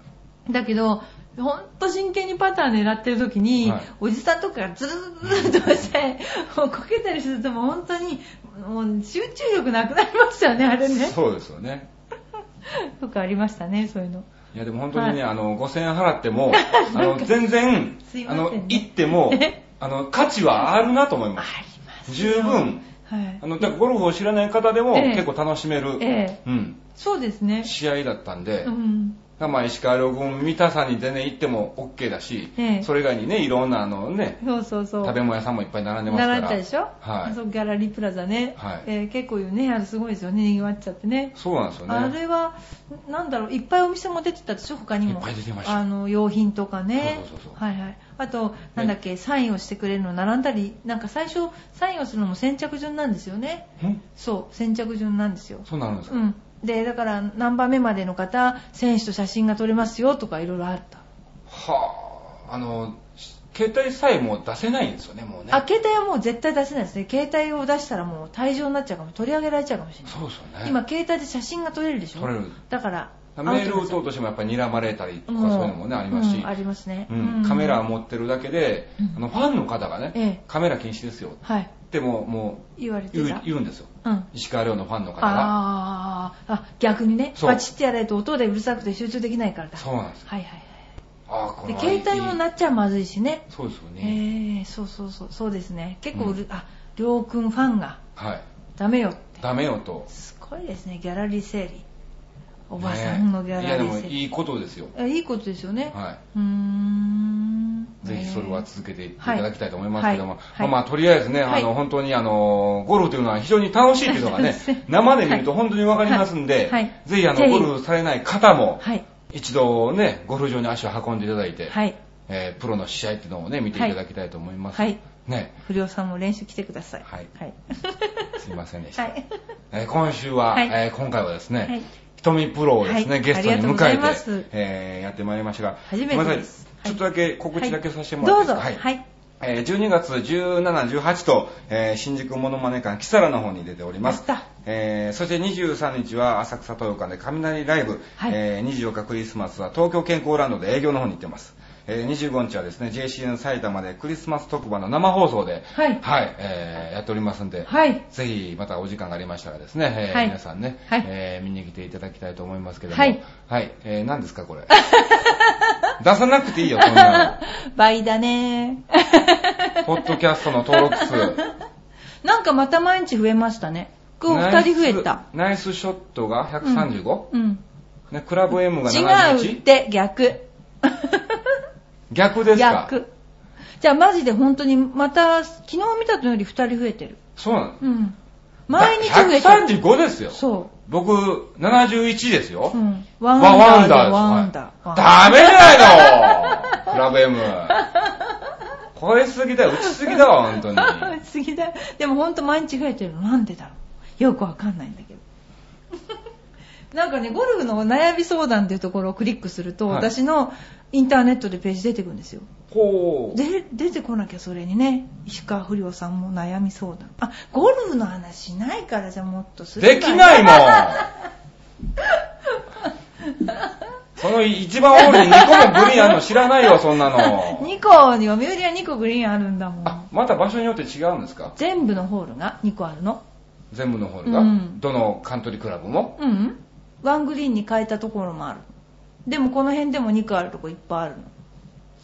Speaker 2: だけどほんと真剣にパターン狙ってる時に、
Speaker 1: はい
Speaker 2: おじさんとかがズルズルズルとしてもうこけたりするともう本当にもう集中力なくなりますよねあれ
Speaker 1: い。
Speaker 2: ね
Speaker 1: そうですよね。
Speaker 2: とかありましたねそういうの
Speaker 1: いやでも本当にね、あの、5000円払っても、あ
Speaker 2: なん
Speaker 1: の、
Speaker 2: か
Speaker 1: 全然
Speaker 2: すい、ま
Speaker 1: あ
Speaker 2: せんね
Speaker 1: の、行って も
Speaker 2: え、
Speaker 1: あの、価値はあるなと思い
Speaker 2: あり
Speaker 1: ます。
Speaker 2: ますよ
Speaker 1: 十分。
Speaker 2: はい
Speaker 1: あの、だからゴルフを知らない方でも
Speaker 2: ええ
Speaker 1: 結構楽しめる、
Speaker 2: え
Speaker 1: うん、
Speaker 2: そうですね
Speaker 1: 試合だったんで、
Speaker 2: うん
Speaker 1: まあ石川遼君、三田さんに全然行っても OK だし、
Speaker 2: ええ
Speaker 1: それ以外にね、いろんなあのね、
Speaker 2: そうそうそう
Speaker 1: 食べ物屋さんもいっぱい並んでますから。
Speaker 2: 習ったでしょ、
Speaker 1: はい。
Speaker 2: そうギャラリープラザね、
Speaker 1: はい
Speaker 2: えー結構ねあれすごいですよねにぎわっちゃってね
Speaker 1: そうなんですよね。
Speaker 2: あれはなんだろういっぱいお店も出てたでしょ他にも
Speaker 1: いっぱい出てました
Speaker 2: あの用品とかね
Speaker 1: そうそうそうそう
Speaker 2: はいはいあとなんだっけ、サインをしてくれるの並んだりなんか最初サインをするのも先着順なんですよね
Speaker 1: ん
Speaker 2: そう先着順なんですよ
Speaker 1: そうなるんですか、
Speaker 2: うんでだから何番目までの方選手と写真が撮れますよとかいろいろあった、
Speaker 1: はあ、あの、し携帯さえもう出せないんですよね、もうね。
Speaker 2: あ携帯はもう絶対出せないですね携帯を出したらもう退場になっちゃうかも取り上げられちゃうかもしれない
Speaker 1: そうですよね。
Speaker 2: 今携帯で写真が撮れるでしょ
Speaker 1: 撮れる
Speaker 2: だから
Speaker 1: メールを打とう
Speaker 2: う
Speaker 1: としてもやっぱり睨まれたりとかそういうのもね、ありますし、
Speaker 2: ありますね、
Speaker 1: うんカメラを持ってるだけで、
Speaker 2: うん
Speaker 1: あのファンの方がね、
Speaker 2: ええ
Speaker 1: カメラ禁止ですよっ
Speaker 2: はい
Speaker 1: てもうも
Speaker 2: 言わ
Speaker 1: う
Speaker 2: れて
Speaker 1: 言
Speaker 2: た
Speaker 1: う言うんですよ。
Speaker 2: うん
Speaker 1: 石川遼のファンの方が。
Speaker 2: あーあ逆にね
Speaker 1: そう
Speaker 2: バチってやられると音でうるさくて集中できないからだ
Speaker 1: そうなんですよ。
Speaker 2: はいはい
Speaker 1: ああ、こ
Speaker 2: はいで
Speaker 1: の
Speaker 2: 携帯も
Speaker 1: いい
Speaker 2: なっちゃまずいしね
Speaker 1: そうですよ
Speaker 2: え
Speaker 1: ね。
Speaker 2: ーそうそうそうそうですね結構うる、ありょうくんファンが
Speaker 1: はい。
Speaker 2: ダメよって
Speaker 1: ダメよと。
Speaker 2: すごいですねギャラリー整理おばさんのギャ
Speaker 1: ねいやで
Speaker 2: ラリー
Speaker 1: も
Speaker 2: 整理、
Speaker 1: いいことですよ。
Speaker 2: えいいことですよね、
Speaker 1: は
Speaker 2: うーん
Speaker 1: い。ぜひそれは続けていっていただきたいと思いますけども、
Speaker 2: はいはい
Speaker 1: まあまあとりあえずね、
Speaker 2: はい
Speaker 1: あの本当にあの、ゴルフというのは非常に楽しいというのがね
Speaker 2: そうです、
Speaker 1: 生で見ると本当にわかりますんで、
Speaker 2: はいはい
Speaker 1: ぜひあの
Speaker 2: ぜひ
Speaker 1: ゴルフされない方も、
Speaker 2: はい
Speaker 1: 一度ね、ゴルフ場に足を運んでいただいて、
Speaker 2: はい
Speaker 1: えープロの試合っていうのをね、見ていただきたいと思います。
Speaker 2: はい
Speaker 1: ね、
Speaker 2: 不良さんも練習来てください
Speaker 1: はい
Speaker 2: はい、
Speaker 1: すいませんでした。
Speaker 2: はい
Speaker 1: えー今週は、
Speaker 2: はい
Speaker 1: えー今回はですね、
Speaker 2: はい
Speaker 1: 瞳プロをですね、
Speaker 2: はい
Speaker 1: ゲストに
Speaker 2: ありが
Speaker 1: 迎
Speaker 2: とうございま
Speaker 1: え
Speaker 2: す
Speaker 1: て、えーやってまいりましたが、
Speaker 2: 初めてです
Speaker 1: ごめんなさい、
Speaker 2: は
Speaker 1: ち
Speaker 2: い
Speaker 1: ょっとだけ告知だけさせてもらっていいですか、
Speaker 2: はい、どうぞ
Speaker 1: は
Speaker 2: はいい
Speaker 1: えー12月17、18と、えー新宿モノマネ館キサラの方に出ております。
Speaker 2: やった
Speaker 1: えーそして23日は浅草豊館で雷ライブ、
Speaker 2: はい
Speaker 1: えー24日クリスマスは東京健康ランドで営業の方に行ってます。えー25日はですね、JCN 埼玉でクリスマス特番の生放送で、
Speaker 2: はい
Speaker 1: えーやっておりますんで、
Speaker 2: はい
Speaker 1: ぜひまたお時間がありましたらですね、えー
Speaker 2: はい
Speaker 1: 皆さんね、
Speaker 2: はい
Speaker 1: えー見に来ていただきたいと思いますけども、
Speaker 2: はい
Speaker 1: はいえー何ですかこ れ出さなくていいよこんな
Speaker 2: 倍だ
Speaker 1: の
Speaker 2: ね
Speaker 1: ポッドキャストの登録数
Speaker 2: なんかまた毎日増えましたね今日2人増えた
Speaker 1: ナイスナイスショットが 135?、
Speaker 2: うん、
Speaker 1: ね、クラブ M が
Speaker 2: 違うっ
Speaker 1: 71?
Speaker 2: て逆
Speaker 1: 逆ですか
Speaker 2: 逆じゃあマジで本当にまた昨日見たのより2人増えてる
Speaker 1: そうなの
Speaker 2: うん毎日増えてる
Speaker 1: 135ですよ
Speaker 2: そ
Speaker 1: 僕71ですよ、
Speaker 2: う、うん、
Speaker 1: ワ
Speaker 2: ワンダーで
Speaker 1: ワンダーです
Speaker 2: ワンダー
Speaker 1: は
Speaker 2: ワン
Speaker 1: い
Speaker 2: ダー
Speaker 1: ダメ だよクラブ M 超えすぎだよ打ちすぎだわ本 当に
Speaker 2: 次だでも本当毎日増えてるのなんでだろうよくわかんないんだけど なんかねゴルフの悩み相談っていうところをクリックすると、
Speaker 1: はい
Speaker 2: 私のインターネットでページ出てくるんですよ
Speaker 1: ほう
Speaker 2: で出てこなきゃそれにね石川不良さんも悩み相談あゴルフの話しないからじゃあもっとすれば
Speaker 1: できないも んその一番多い2個もグリーンあるの知らないよそんなの
Speaker 2: 2個に読売は2個グリーンあるんだも
Speaker 1: あ
Speaker 2: ん
Speaker 1: また場所によって違うんですか
Speaker 2: 全部のホールが2個あるの
Speaker 1: 全部のホールが、
Speaker 2: うん
Speaker 1: どのカントリークラブも
Speaker 2: うんワングリーンに変えたところもあるでもこの辺でも2個あるとこいっぱいあるの
Speaker 1: う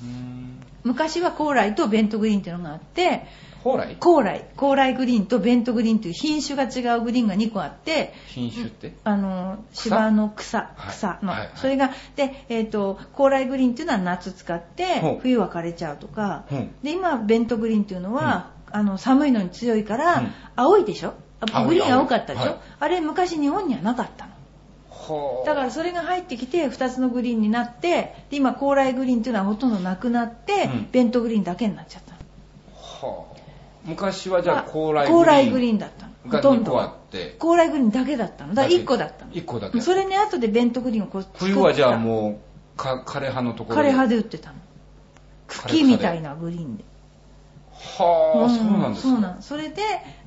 Speaker 1: ーん。
Speaker 2: 昔は高麗とベントグリーンっていうのがあって
Speaker 1: 蓬莱
Speaker 2: 高麗高麗グリーンとベントグリーンという品種が違うグリーンが2個あって
Speaker 1: 品種って
Speaker 2: あの
Speaker 1: 草
Speaker 2: 芝の草
Speaker 1: はい
Speaker 2: 草の、
Speaker 1: はいはい
Speaker 2: それがで、えー、と高麗グリーンっていうのは夏使って
Speaker 1: ほう
Speaker 2: 冬は枯れちゃうとか、
Speaker 1: うん
Speaker 2: で今ベントグリーンっていうのは、あの寒いのに強いから、
Speaker 1: うん
Speaker 2: 青いでしょあ
Speaker 1: 青い
Speaker 2: グリーン青かったでしょ、
Speaker 1: はい
Speaker 2: あれ昔日本にはなかったの
Speaker 1: ほ
Speaker 2: だからそれが入ってきて2つのグリーンになってで今高麗グリーンっていうのはほとんどなくなって、
Speaker 1: うん
Speaker 2: ベントグリーンだけになっちゃったの
Speaker 1: はあ、昔はじゃあ
Speaker 2: まあ
Speaker 1: 高麗
Speaker 2: 高麗グリーンだったの
Speaker 1: が
Speaker 2: ほとん
Speaker 1: 2
Speaker 2: ど
Speaker 1: 個あ
Speaker 2: は
Speaker 1: って
Speaker 2: 高麗グリーンだけだったのだから1個だったの
Speaker 1: 1個だけ
Speaker 2: それね後でベントグリーンをこう
Speaker 1: 冬はじゃあもうか枯れ葉のところ
Speaker 2: 枯れ葉
Speaker 1: で
Speaker 2: で売ってたの
Speaker 1: 枯れ
Speaker 2: 茎みたいなグリーンで
Speaker 1: はあ、
Speaker 2: ん
Speaker 1: そうなんですか
Speaker 2: そうなのそれで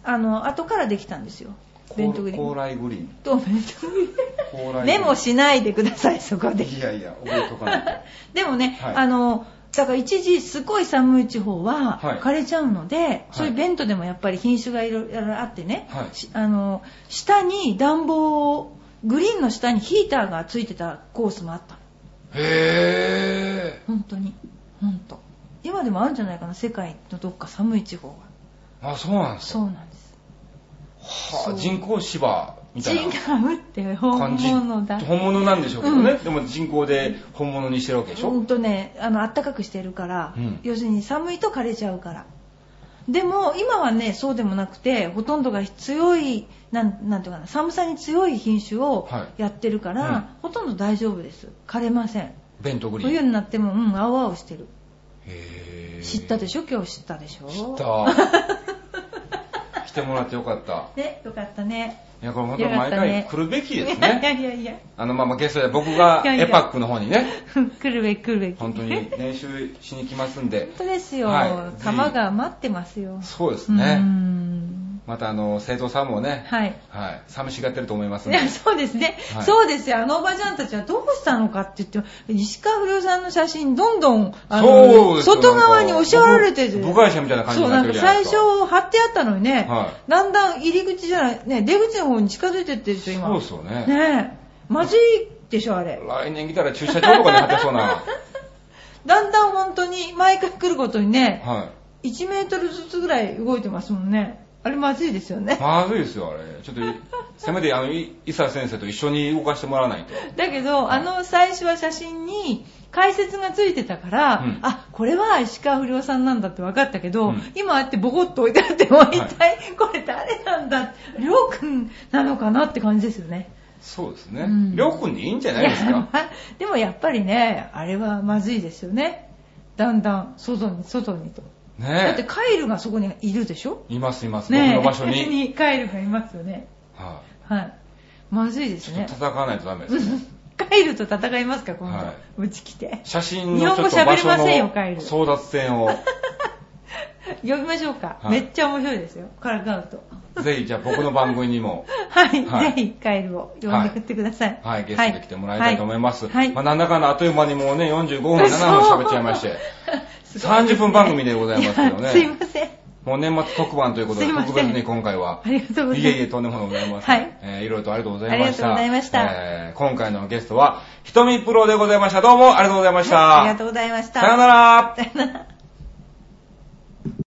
Speaker 2: あの後からできたんですよ
Speaker 1: 高
Speaker 2: ベントグリー
Speaker 1: 高
Speaker 2: ン
Speaker 1: 麗グリーン
Speaker 2: とベントグリ
Speaker 1: 高麗グリ
Speaker 2: ー
Speaker 1: ー
Speaker 2: ン
Speaker 1: ン
Speaker 2: メモしないでくださいそこで
Speaker 1: いやいや覚えとかない
Speaker 2: でもね、
Speaker 1: はい
Speaker 2: あのだから一時すごい寒い地方は
Speaker 1: はい
Speaker 2: 枯れちゃうので、そういうベントでもやっぱり品種がいろいろあってね、
Speaker 1: はい
Speaker 2: しあの下に暖房をグリーンの下にヒーターがついてたコースもあったの
Speaker 1: とへえ
Speaker 2: 本当に本当今でもあるんじゃないかな世界のどっか寒い地方は
Speaker 1: あそうなんですか
Speaker 2: そうなんです
Speaker 1: は
Speaker 2: そ
Speaker 1: あ、
Speaker 2: う
Speaker 1: 人工芝みたい
Speaker 2: 違
Speaker 1: な
Speaker 2: うって本
Speaker 1: 感じ
Speaker 2: 物だ
Speaker 1: 本物なんでしょうけどね、
Speaker 2: うん
Speaker 1: でも人工で本物にしてるわけでしょ、
Speaker 2: うんとねあの暖かくしてるから、
Speaker 1: うん
Speaker 2: 要するに寒いと枯れちゃうからでも今はねそうでもなくてほとんどが強いなんなんていうかな寒さに強い品種を
Speaker 1: は
Speaker 2: やってるから、
Speaker 1: うん
Speaker 2: ほとんど大丈夫です枯れません
Speaker 1: ベントグリーン
Speaker 2: 冬になってもうん青々してる
Speaker 1: へえ
Speaker 2: 知ったで
Speaker 1: し
Speaker 2: しょ今日知ったでしょ
Speaker 1: ょ知った 来てもらってよかった
Speaker 2: ねよかったね
Speaker 1: いやこれ本当毎回来るべきです
Speaker 2: いや
Speaker 1: ね
Speaker 2: いやいや
Speaker 1: あのまあまあゲストで僕が
Speaker 2: いやいや
Speaker 1: エパックの方にね
Speaker 2: 来るべき来るべき
Speaker 1: 本当に練習しに来ますんで
Speaker 2: 本当ですよ、
Speaker 1: はい
Speaker 2: 玉が待ってますよ
Speaker 1: そうです
Speaker 2: う
Speaker 1: ね
Speaker 2: ん
Speaker 1: またあの生徒さんもね
Speaker 2: はい
Speaker 1: はい寂しがってると思います
Speaker 2: い
Speaker 1: んで
Speaker 2: や そうですね、
Speaker 1: はい
Speaker 2: そうですよあのおばちゃんたちはどうしたのかって言って石川不良さんの写真どんどんあ
Speaker 1: そう
Speaker 2: の
Speaker 1: ですよ
Speaker 2: 外側に押しられてる
Speaker 1: 僕部外者みたいな感じ
Speaker 2: そ
Speaker 1: に
Speaker 2: う
Speaker 1: なっ
Speaker 2: な
Speaker 1: てる
Speaker 2: んか
Speaker 1: じゃないで
Speaker 2: 最
Speaker 1: す
Speaker 2: 初
Speaker 1: か
Speaker 2: 貼ってあったのにね、
Speaker 1: は
Speaker 2: だんだん入り口じゃない、ね、出口の方に近づいてってるでしょ今
Speaker 1: そうですよね
Speaker 2: ねえまずいでしょあれ
Speaker 1: 来年来たら駐車場とかに貼ってそう な
Speaker 2: だんだん本当に毎回来るごとにね
Speaker 1: は
Speaker 2: 1メートルずつぐらい動いてますもんねあれまずいですよね
Speaker 1: いまずいですよあれちょっとせめてあのい伊佐先生と一緒に動かしてもらわないと
Speaker 2: だけど、あの最初は写真に解説がついてたから、
Speaker 1: うん
Speaker 2: あこれは石川不良さんなんだって分かったけど、
Speaker 1: うん
Speaker 2: 今あってボコッと置いてあってもう一体これ誰なんだりょうくんなのかなって感じですよね。
Speaker 1: そうですね
Speaker 2: うん
Speaker 1: りょうくんでいいんじゃないです
Speaker 2: いや
Speaker 1: か
Speaker 2: まあでもやっぱりねあれはまずいですよねだんだん外に外にと。だっ
Speaker 1: ね
Speaker 2: てカイルがそこにいるでしょ
Speaker 1: いますいます、
Speaker 2: ね
Speaker 1: 僕の場所
Speaker 2: え
Speaker 1: に、
Speaker 2: にカイルがいますよね。
Speaker 1: は
Speaker 2: はい。まずいで
Speaker 1: い、ち
Speaker 2: す
Speaker 1: ょっ
Speaker 2: ね
Speaker 1: と。叩かないとダメですね
Speaker 2: カイルと戦いますか今
Speaker 1: は
Speaker 2: 度うち来て。
Speaker 1: 写真のちょっと場
Speaker 2: 日
Speaker 1: 所
Speaker 2: 本語喋れま
Speaker 1: の
Speaker 2: せんよカイル
Speaker 1: 争奪戦 を
Speaker 2: 呼びましょうか、
Speaker 1: はい
Speaker 2: めっちゃ面白いですよからかうと
Speaker 1: ぜひじゃあ僕の番組にも、
Speaker 2: はい、
Speaker 1: はい
Speaker 2: ぜひカエルを呼んでくってください
Speaker 1: はい、ゲストで来てもらいたいと思います、
Speaker 2: はい、
Speaker 1: まあ、
Speaker 2: は
Speaker 1: な
Speaker 2: い
Speaker 1: んだかんだあっという間にもうね45分7分喋っちゃいまして
Speaker 2: すごい
Speaker 1: 30分番組でございますけど
Speaker 2: いや すい
Speaker 1: ね
Speaker 2: ません
Speaker 1: もう年末特番ということです
Speaker 2: いませ
Speaker 1: 特
Speaker 2: ん
Speaker 1: 別に今回は
Speaker 2: ありがとうござい
Speaker 1: い
Speaker 2: ます
Speaker 1: えいえとんでもございません、
Speaker 2: はい
Speaker 1: えーいろいろとありがとうございました
Speaker 2: ありがとうございました
Speaker 1: えー今回のゲストはひとみプロでございましたどうもありがとうございました、
Speaker 2: ありがとうございました
Speaker 1: さようなら
Speaker 2: さよなら